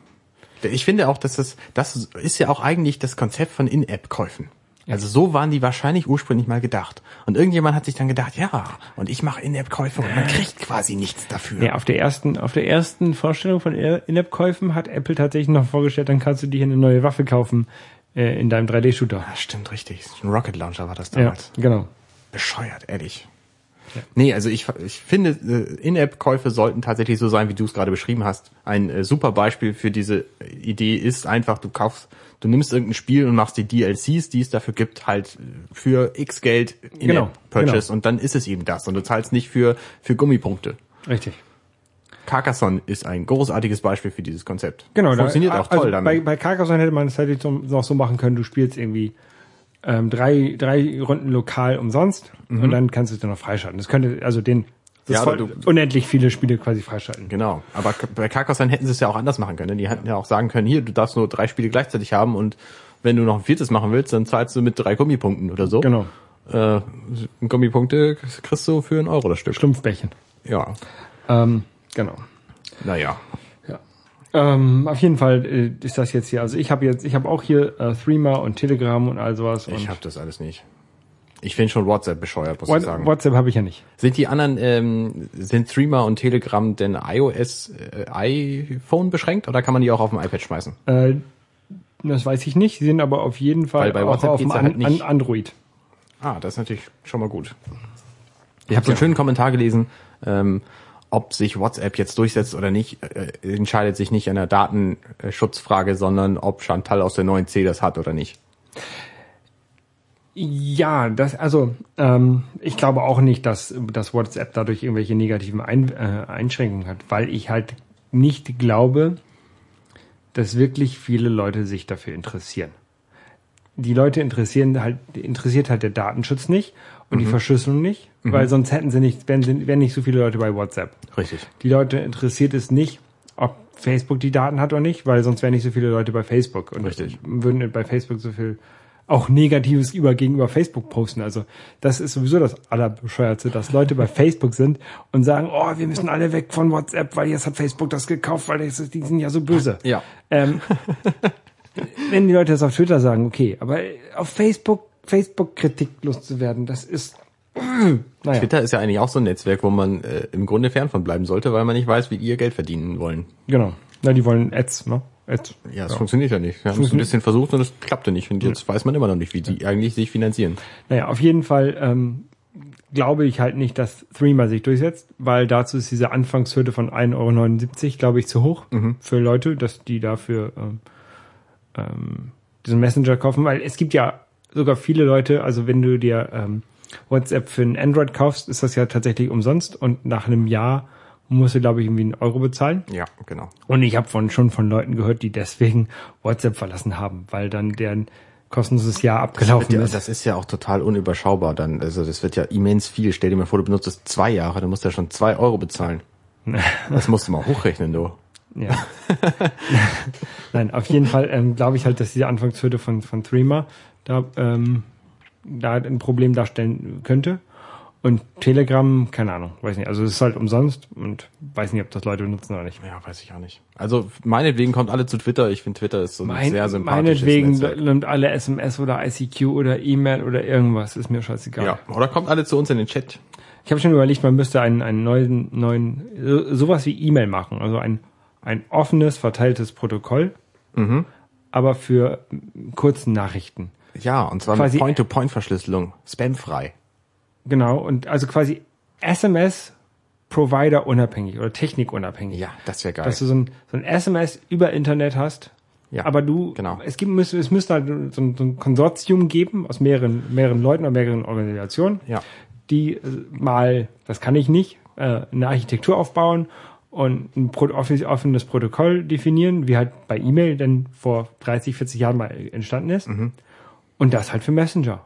B: Ich finde auch, dass das, das ist ja auch eigentlich das Konzept von In-App-Käufen. Also so waren die wahrscheinlich ursprünglich mal gedacht. Und irgendjemand hat sich dann gedacht, ja, und ich mache In-App-Käufe und man kriegt quasi nichts dafür.
A: Ja, auf der ersten, auf der ersten Vorstellung von In- In-App-Käufen hat Apple tatsächlich noch vorgestellt, dann kannst du dir hier eine neue Waffe kaufen äh, in deinem 3D-Shooter.
B: Ja, stimmt, richtig. Ein Rocket Launcher war das
A: Ja,
B: damals.
A: genau.
B: Bescheuert, ehrlich. Nee, also ich, ich finde, äh, In-App-Käufe sollten tatsächlich so sein, wie du es gerade beschrieben hast. Ein äh, super Beispiel für diese äh, Idee ist einfach, du kaufst, du nimmst irgendein Spiel und machst die DLCs, die es dafür gibt, halt äh, für X Geld
A: Genau,
B: In-App-Purchase und dann ist es eben das und du zahlst nicht für, für Gummipunkte.
A: Richtig.
B: Carcassonne ist ein großartiges Beispiel für dieses Konzept.
A: Genau, da-
B: Funktioniert auch toll
A: also
B: damit.
A: Bei, bei Carcassonne hätte man es halt noch so machen können, du spielst irgendwie ähm, drei, drei Runden lokal umsonst und dann kannst du es dann noch freischalten. Das könnte, also den das
B: Mhm. Ja,
A: voll,
B: aber du-
A: unendlich viele Spiele quasi freischalten.
B: Genau, aber K- bei Carcassonne hätten sie es ja auch anders machen können. Die hätten ja auch sagen können, hier, du darfst nur drei Spiele gleichzeitig haben und wenn du noch ein viertes machen willst, dann zahlst du mit drei Gummipunkten oder so.
A: Genau.
B: Äh, Gummipunkte kriegst du für einen Euro das Stück.
A: Schlumpfbällchen.
B: Ja,
A: Ähm, genau.
B: naja.
A: Ja. Ähm, auf jeden Fall äh, ist das jetzt hier. Also ich habe jetzt, ich habe auch hier äh, Threema und Telegram und all sowas. Und
B: Ich hab das alles nicht. Ich finde schon WhatsApp bescheuert, muss ich
A: What,
B: sagen.
A: WhatsApp habe ich ja nicht.
B: Sind die anderen, ähm, sind Streamer und Telegram denn iOS, äh, iPhone beschränkt oder kann man die auch auf dem iPad schmeißen?
A: Äh, das weiß ich nicht. Sie sind aber auf jeden Fall
B: Weil bei
A: auch
B: WhatsApp
A: auf dem
B: geht's ja
A: An
B: halt
A: An
B: nicht.
A: Android.
B: Ah, das ist natürlich schon mal gut. Ich habe so einen schönen Kommentar gelesen, ähm, ob sich WhatsApp jetzt durchsetzt oder nicht, äh, entscheidet sich nicht an der Datenschutzfrage, sondern ob Chantal aus der 9C das hat oder nicht.
A: Ja, das, also ähm, ich glaube auch nicht, dass, dass WhatsApp dadurch irgendwelche negativen Ein äh, Einschränkungen hat, weil ich halt nicht glaube, dass wirklich viele Leute sich dafür interessieren. Die Leute interessieren halt, interessiert halt der Datenschutz nicht und die Verschlüsselung nicht, weil sonst hätten sie nicht, wären, sie- wären nicht so viele Leute bei WhatsApp.
B: Richtig.
A: Die Leute interessiert es nicht, ob Facebook die Daten hat oder nicht, weil sonst wären nicht so viele Leute bei Facebook und
B: Richtig.
A: würden bei Facebook so viel auch Negatives über gegenüber Facebook posten. Also das ist sowieso das Allerbescheuertste, dass Leute bei Facebook sind und sagen, oh, wir müssen alle weg von WhatsApp, weil jetzt hat Facebook das gekauft, weil das ist, die sind ja so böse.
B: Ja.
A: Ähm, wenn die Leute das auf Twitter sagen, okay, aber auf Facebook, Facebook Kritik loszuwerden, das ist naja,
B: Twitter ist ja eigentlich auch so ein Netzwerk, wo man äh, im Grunde fern von bleiben sollte, weil man nicht weiß, wie die ihr Geld verdienen wollen.
A: genau. Na, die wollen Ads, ne? Ads.
B: Ja, das funktioniert ja nicht. Wir haben es ein bisschen versucht und es klappte nicht. Und jetzt weiß man immer noch nicht, wie die eigentlich sich finanzieren.
A: Naja, auf jeden Fall ähm, glaube ich halt nicht, dass Threema sich durchsetzt, weil dazu ist diese Anfangshürde von 1,79 Euro, glaube ich, zu hoch
B: Mhm.
A: für Leute, dass die dafür ähm, ähm, diesen Messenger kaufen, weil es gibt ja sogar viele Leute, also wenn du dir ähm, WhatsApp für ein Android kaufst, ist das ja tatsächlich umsonst und nach einem Jahr musst du, glaube ich, irgendwie einen Euro bezahlen.
B: Ja, genau.
A: Und ich habe von, schon von Leuten gehört, die deswegen WhatsApp verlassen haben, weil dann deren kostenloses Jahr abgelaufen
B: Ja,
A: ist.
B: das ist ja auch total unüberschaubar dann. Also das wird ja immens viel. Stell dir mal vor, du benutzt das zwei Jahre, dann musst du ja schon zwei Euro bezahlen. Das musst du mal hochrechnen, du.
A: Ja. Nein, auf jeden Fall ähm, glaube ich halt, dass diese Anfangshürde von, von Threema da, ähm, da ein Problem darstellen könnte. Und Telegram, keine Ahnung, weiß nicht. Also es ist halt umsonst und weiß nicht, ob das Leute benutzen oder nicht.
B: Ja, weiß ich auch nicht. Also meinetwegen kommt alle zu Twitter. Ich finde Twitter ist so ein sehr sympathisches
A: meinetwegen
B: Netzwerk.
A: nimmt alle SMS oder ICQ oder E-Mail oder irgendwas, ist mir scheißegal.
B: Ja, oder kommt alle zu uns in den Chat.
A: Ich habe schon überlegt, man müsste einen, einen neuen, neuen so, sowas wie E-Mail machen, also ein, ein offenes, verteiltes Protokoll,
B: Mhm.
A: aber für mm, kurzen Nachrichten.
B: Ja, und zwar
A: Quasi-
B: mit Point-to-Point-Verschlüsselung. Spamfrei.
A: Genau, und also quasi SMS Provider unabhängig oder Technik unabhängig.
B: Ja, das wäre geil.
A: Dass du so ein, so ein SMS über Internet hast.
B: Ja,
A: aber du,
B: genau.
A: es gibt, müsste, es müsste halt so ein, so ein Konsortium geben aus mehreren, mehreren Leuten oder mehreren Organisationen,
B: Ja.
A: die äh, mal, das kann ich nicht, äh, eine Architektur aufbauen und ein pro- offi- offenes Protokoll definieren, wie halt bei E-Mail denn vor 30, 40 Jahren mal entstanden ist. Und das halt für Messenger.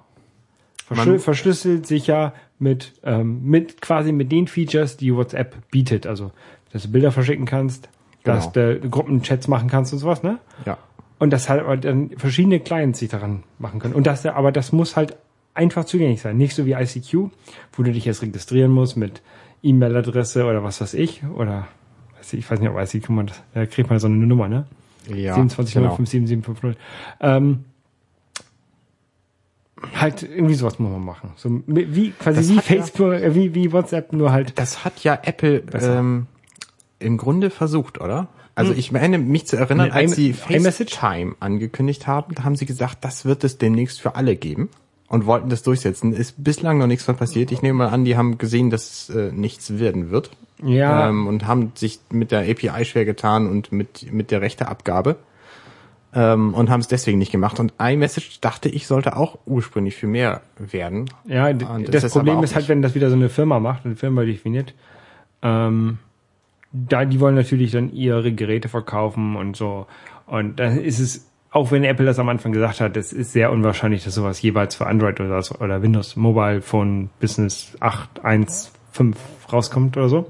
A: Verschl
B: Man-
A: verschlüsselt sich ja mit, ähm, mit quasi mit den Features, die WhatsApp bietet. Also, dass du Bilder verschicken kannst, dass du Gruppenchats machen kannst und sowas, ne?
B: ja.
A: Und dass halt aber dann verschiedene Clients sich daran machen können. Und das, aber das muss halt einfach zugänglich sein. Nicht so wie ICQ, wo du dich erst registrieren musst mit E-Mail-Adresse oder was weiß ich. Oder weiß ich ich weiß nicht, ob ICQ man das, da kriegt man so eine Nummer, ne?
B: Ja,
A: 27
B: genau.
A: 057 ähm, Halt irgendwie sowas muss man machen. So wie quasi
B: Das
A: wie
B: hat ja-
A: Facebook, äh, wie, wie WhatsApp, nur halt
B: Das hat ja Apple ähm, im Grunde versucht, oder? Also ich meine, mich zu erinnern,
A: Hm. Nee,
B: als
A: I-
B: sie
A: iMessage?
B: FaceTime angekündigt haben, da haben sie gesagt, das wird es demnächst für alle geben und wollten das durchsetzen. Ist bislang noch nichts von passiert. Ich nehme mal an, die haben gesehen, dass äh, nichts werden wird.
A: Ja.
B: Ähm, und haben sich mit der API schwer getan und mit, mit der Rechteabgabe. Ähm, und haben es deswegen nicht gemacht. Und iMessage, dachte ich, sollte auch ursprünglich für mehr werden.
A: Ja, d-
B: Und
A: das,
B: ist es
A: Problem
B: Ah, aber auch
A: ist halt,
B: nicht.
A: wenn das wieder so eine Firma macht, eine Firma definiert, ähm, da, die wollen natürlich dann ihre Geräte verkaufen und so. Und dann ist es, auch wenn Apple das am Anfang gesagt hat, es ist sehr unwahrscheinlich, dass sowas jeweils für Android oder, so- oder Windows Mobile Phone Business 8.1.5 rauskommt oder so.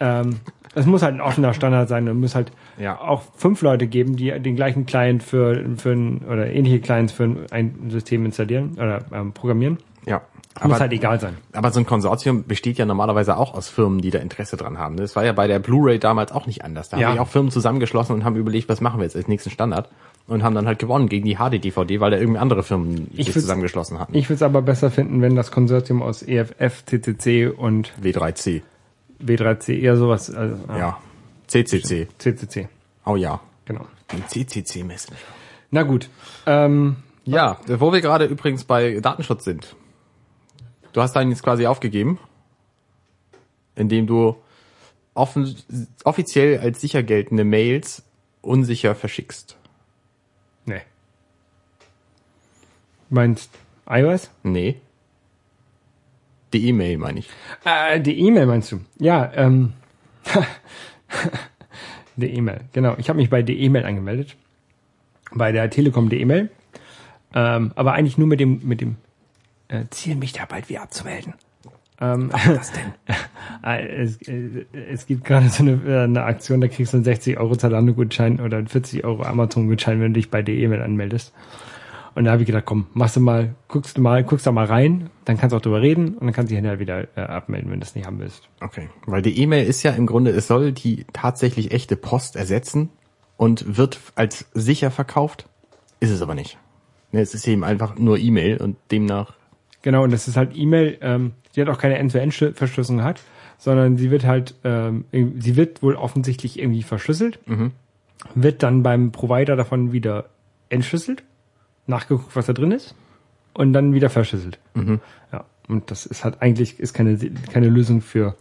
A: Ähm, es muss halt ein offener Standard sein und muss halt
B: Ja.
A: auch fünf Leute geben, die den gleichen Client für, für ein, oder ähnliche Clients für ein, ein System installieren oder ähm, programmieren.
B: Ja.
A: Muss halt egal sein.
B: Aber so ein Konsortium besteht ja normalerweise auch aus Firmen, die da Interesse dran haben. Das war ja bei der Blu-ray damals auch nicht anders. Da
A: Ja.
B: haben sich auch Firmen zusammengeschlossen und haben überlegt, was machen wir jetzt als nächsten Standard. Und haben dann halt gewonnen gegen die HD-DVD, weil da irgendwie andere Firmen
A: Ich
B: sich
A: würd-
B: zusammengeschlossen hatten.
A: Ich würde es aber besser finden, wenn das Konsortium aus E EFF, CCC und
B: W3C,
A: W3C eher sowas, also
B: ja.
A: äh,
B: CCC,
A: CCC,
B: oh ja.
A: genau.
B: Ein CCC-Messen.
A: Na gut, ähm,
B: Ja, wo wir gerade übrigens bei Datenschutz sind. Du hast deinen jetzt quasi aufgegeben, indem du offen, offiziell als sicher geltende Mails unsicher verschickst.
A: nee. Meinst iOS?
B: Nee. Die E-Mail meine ich.
A: Äh, die E-Mail meinst du? Ja, ähm, die E-Mail, genau. Ich habe mich bei der E-Mail angemeldet, bei der Telekom der E-Mail, ähm, aber eigentlich nur mit dem, mit dem äh, Ziel, mich da bald wieder abzumelden. Ähm,
B: Was denn?
A: Äh, Es, äh, es gibt gerade so eine, äh, eine Aktion, da kriegst du einen 60 Euro Zalando-Gutschein oder einen 40 Euro Amazon-Gutschein, wenn du dich bei der E-Mail anmeldest. Und da habe ich gedacht, komm, machst du mal, guckst du mal, guckst da mal rein, dann kannst du auch drüber reden und dann kannst du dich hinterher wieder äh, abmelden, wenn du das nicht haben willst.
B: Okay. Weil die E-Mail ist ja im Grunde, es soll die tatsächlich echte Post ersetzen und wird als sicher verkauft, ist es aber nicht. Ne, es ist eben einfach nur E-Mail und demnach
A: Genau, und das ist halt E-Mail, ähm, die hat auch keine End-to-End-Verschlüsselung hat, sondern sie wird halt, ähm, irg- sie wird wohl offensichtlich irgendwie verschlüsselt, wird dann beim Provider davon wieder entschlüsselt, nachgeguckt, was da drin ist, und dann wieder verschlüsselt. Ja, und das ist halt eigentlich ist keine, keine Lösung für,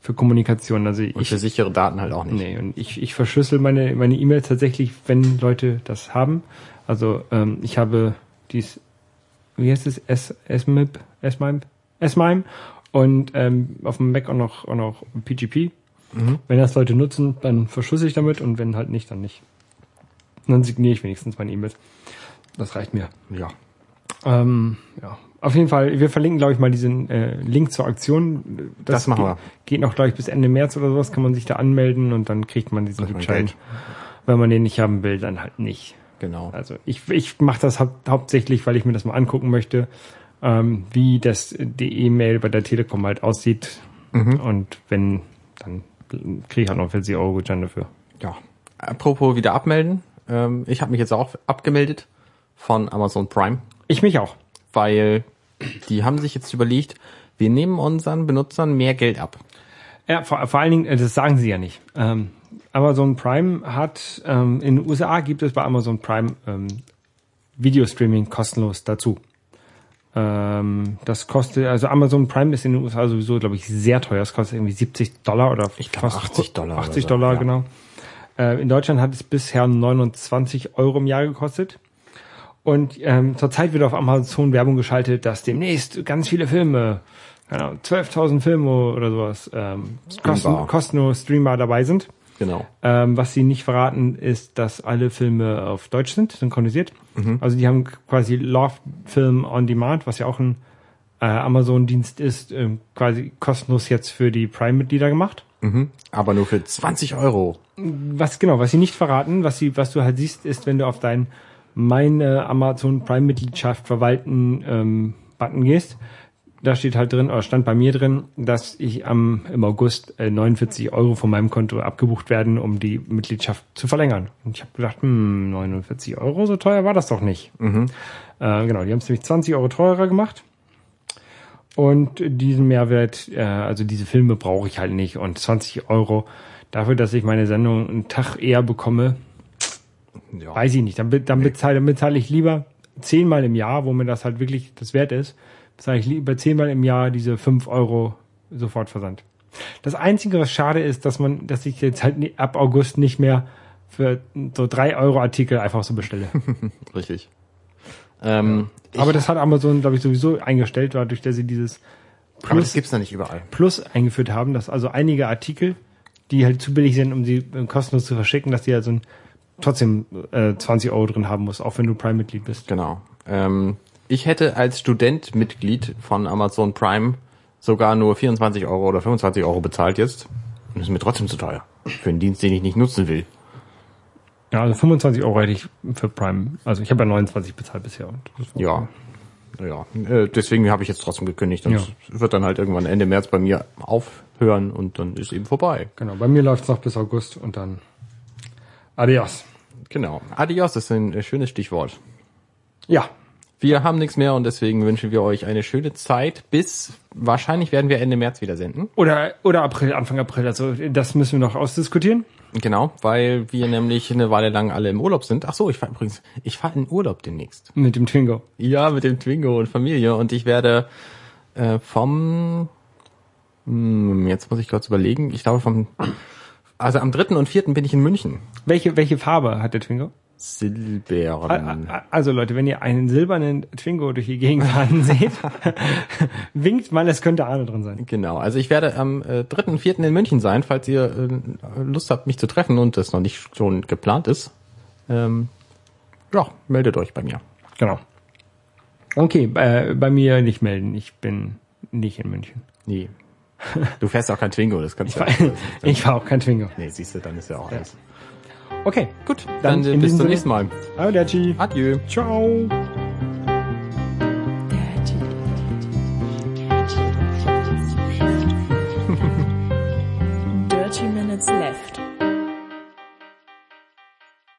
A: für Kommunikation. Also
B: und
A: ich,
B: für sichere Daten halt auch nicht.
A: Nee, und ich, ich verschlüssel meine meine E-Mail tatsächlich, wenn Leute das haben. Also ähm, ich habe dies, wie heißt es, S- SMIP, SMIME, SMIME und ähm, auf dem Mac auch noch, auch noch PGP.
B: Mhm.
A: Wenn das Leute nutzen, dann verschlüssel ich damit und wenn halt nicht, dann nicht. Und dann signiere ich wenigstens meine E-Mails. Das reicht mir.
B: Ja.
A: Ähm, ja. Auf jeden Fall, wir verlinken, glaube ich, mal diesen äh, Link zur Aktion.
B: Das machen
A: geht,
B: wir.
A: Geht noch, glaube ich, bis Ende März oder sowas, kann man sich da anmelden und dann kriegt man diesen
B: Kriegt man
A: Gutschein.
B: Geld.
A: Wenn man den nicht haben will, dann halt nicht.
B: Genau.
A: Also ich, ich mache das hau hauptsächlich, weil ich mir das mal angucken möchte, ähm, wie das die E-Mail bei der Telekom halt aussieht.
B: Mhm.
A: Und wenn, dann kriege ich halt noch 40 Euro Gutschein dafür.
B: Ja. Apropos wieder abmelden. Ähm, ich habe mich jetzt auch abgemeldet von Amazon Prime,
A: Ich mich auch.
B: weil die haben sich jetzt überlegt, wir nehmen unseren Benutzern mehr Geld ab.
A: Ja, vor, vor allen Dingen, äh, das sagen sie ja nicht. Ähm, Amazon Prime hat, ähm, in den USA gibt es bei Amazon Prime ähm, Videostreaming kostenlos dazu. Ähm, das kostet, also Amazon Prime ist in den USA sowieso, glaube ich, sehr teuer. Es kostet irgendwie 70 Dollar oder ich
B: glaub, 80 Dollar
A: 80
B: oder so,
A: Dollar,
B: ja.
A: genau. Äh, in Deutschland hat es bisher 29 Euro im Jahr gekostet. Und ähm, zurzeit wird auf Amazon Werbung geschaltet, dass demnächst ganz viele Filme, keine Ahnung, 12.000 Filme oder sowas, ähm, kosten,
B: Streambar.
A: kostenlos streambar dabei sind.
B: Genau.
A: Ähm, was sie nicht verraten, ist, dass alle Filme auf Deutsch sind, synchronisiert. Also die haben quasi Love Film on Demand, was ja auch ein äh, Amazon-Dienst ist, ähm, quasi kostenlos jetzt für die Prime-Mitglieder gemacht.
B: Aber nur für 20 Euro.
A: Was genau, was sie nicht verraten, was sie, was du halt siehst, ist, wenn du auf deinen meine Amazon Prime-Mitgliedschaft verwalten ähm, Button gehst, da steht halt drin, oder stand bei mir drin, dass ich am im August äh, 49 Euro von meinem Konto abgebucht werden, um die Mitgliedschaft zu verlängern. Und ich habe gedacht, hm, 49 Euro, so teuer war das doch nicht. Äh, genau, die haben es nämlich 20 Euro teurer gemacht. Und diesen Mehrwert, äh, also diese Filme brauche ich halt nicht. Und 20 Euro dafür, dass ich meine Sendung einen Tag eher bekomme,
B: Ja.
A: weiß ich nicht. Dann, be- dann, bezahle, dann bezahle ich lieber zehnmal im Jahr, wo mir das halt wirklich das wert ist, bezahle ich lieber zehnmal im Jahr diese fünf Euro Sofortversand. Das Einzige, was schade ist, dass man, dass ich jetzt halt nie- ab August nicht mehr für so drei Euro Artikel einfach so bestelle.
B: Richtig. Ähm,
A: Aber das hat Amazon, glaube ich, sowieso eingestellt, dadurch, dass sie dieses
B: aber das
A: Plus
B: gibt's da nicht überall.
A: Plus eingeführt haben, dass also einige Artikel, die halt zu billig sind, um sie äh, kostenlos zu verschicken, dass die halt so ein, trotzdem äh, 20 Euro drin haben muss, auch wenn du Prime-Mitglied bist.
B: Genau. Ähm, ich hätte als Student Mitglied von Amazon Prime sogar nur 24 Euro oder 25 Euro bezahlt jetzt. Und ist mir trotzdem zu teuer. Für einen Dienst, den ich nicht nutzen will.
A: Ja, also 25 Euro hätte ich für Prime. Also ich habe ja 29 bezahlt bisher. Und das war-
B: Ja. Ja. Äh, deswegen habe ich jetzt trotzdem gekündigt. Und
A: Ja.
B: es wird dann halt irgendwann Ende März bei mir aufhören und dann ist eben vorbei.
A: Genau, bei mir läuft es noch bis August und dann adios.
B: Genau. Adios ist ein äh, schönes Stichwort.
A: Ja,
B: Wir haben nichts mehr und deswegen wünschen wir euch eine schöne Zeit. Bis wahrscheinlich werden wir Ende März wieder senden.
A: oder, oder April, Anfang April. Also das müssen wir noch ausdiskutieren.
B: Genau, weil wir nämlich eine Weile lang alle im Urlaub sind. Ach so, ich fahre übrigens, ich fahre in Urlaub demnächst.
A: Mit dem Twingo.
B: Ja, mit dem Twingo und Familie und ich werde äh, vom hm, jetzt muss ich kurz überlegen. Ich glaube vom also am 3. und 4. bin ich in München.
A: Welche, welche Farbe hat der Twingo?
B: Silbern.
A: A- a- Also Leute, wenn ihr einen silbernen Twingo durch die Gegend fahren seht, winkt mal, es könnte Arne drin sein.
B: Genau, also ich werde am äh, 3. und 4. in München sein, falls ihr äh, Lust habt, mich zu treffen und das noch nicht schon geplant ist. Ähm, ja, meldet euch bei mir.
A: Genau. Okay, äh, bei, bei mir nicht melden. Ich bin nicht in München.
B: Nee. Du fährst auch kein Twingo, das kannst du ja
A: ich war auch kein Twingo.
B: Nee, siehst du, dann ist ja auch alles.
A: Okay,
B: Gut,
A: Dann
B: dann,
A: in
B: äh, bis
A: diesem
B: zum
A: Sinne.
B: nächsten Mal.
A: Arrivederci.
B: Adieu.
A: Ciao.
C: Dirty Minutes Left.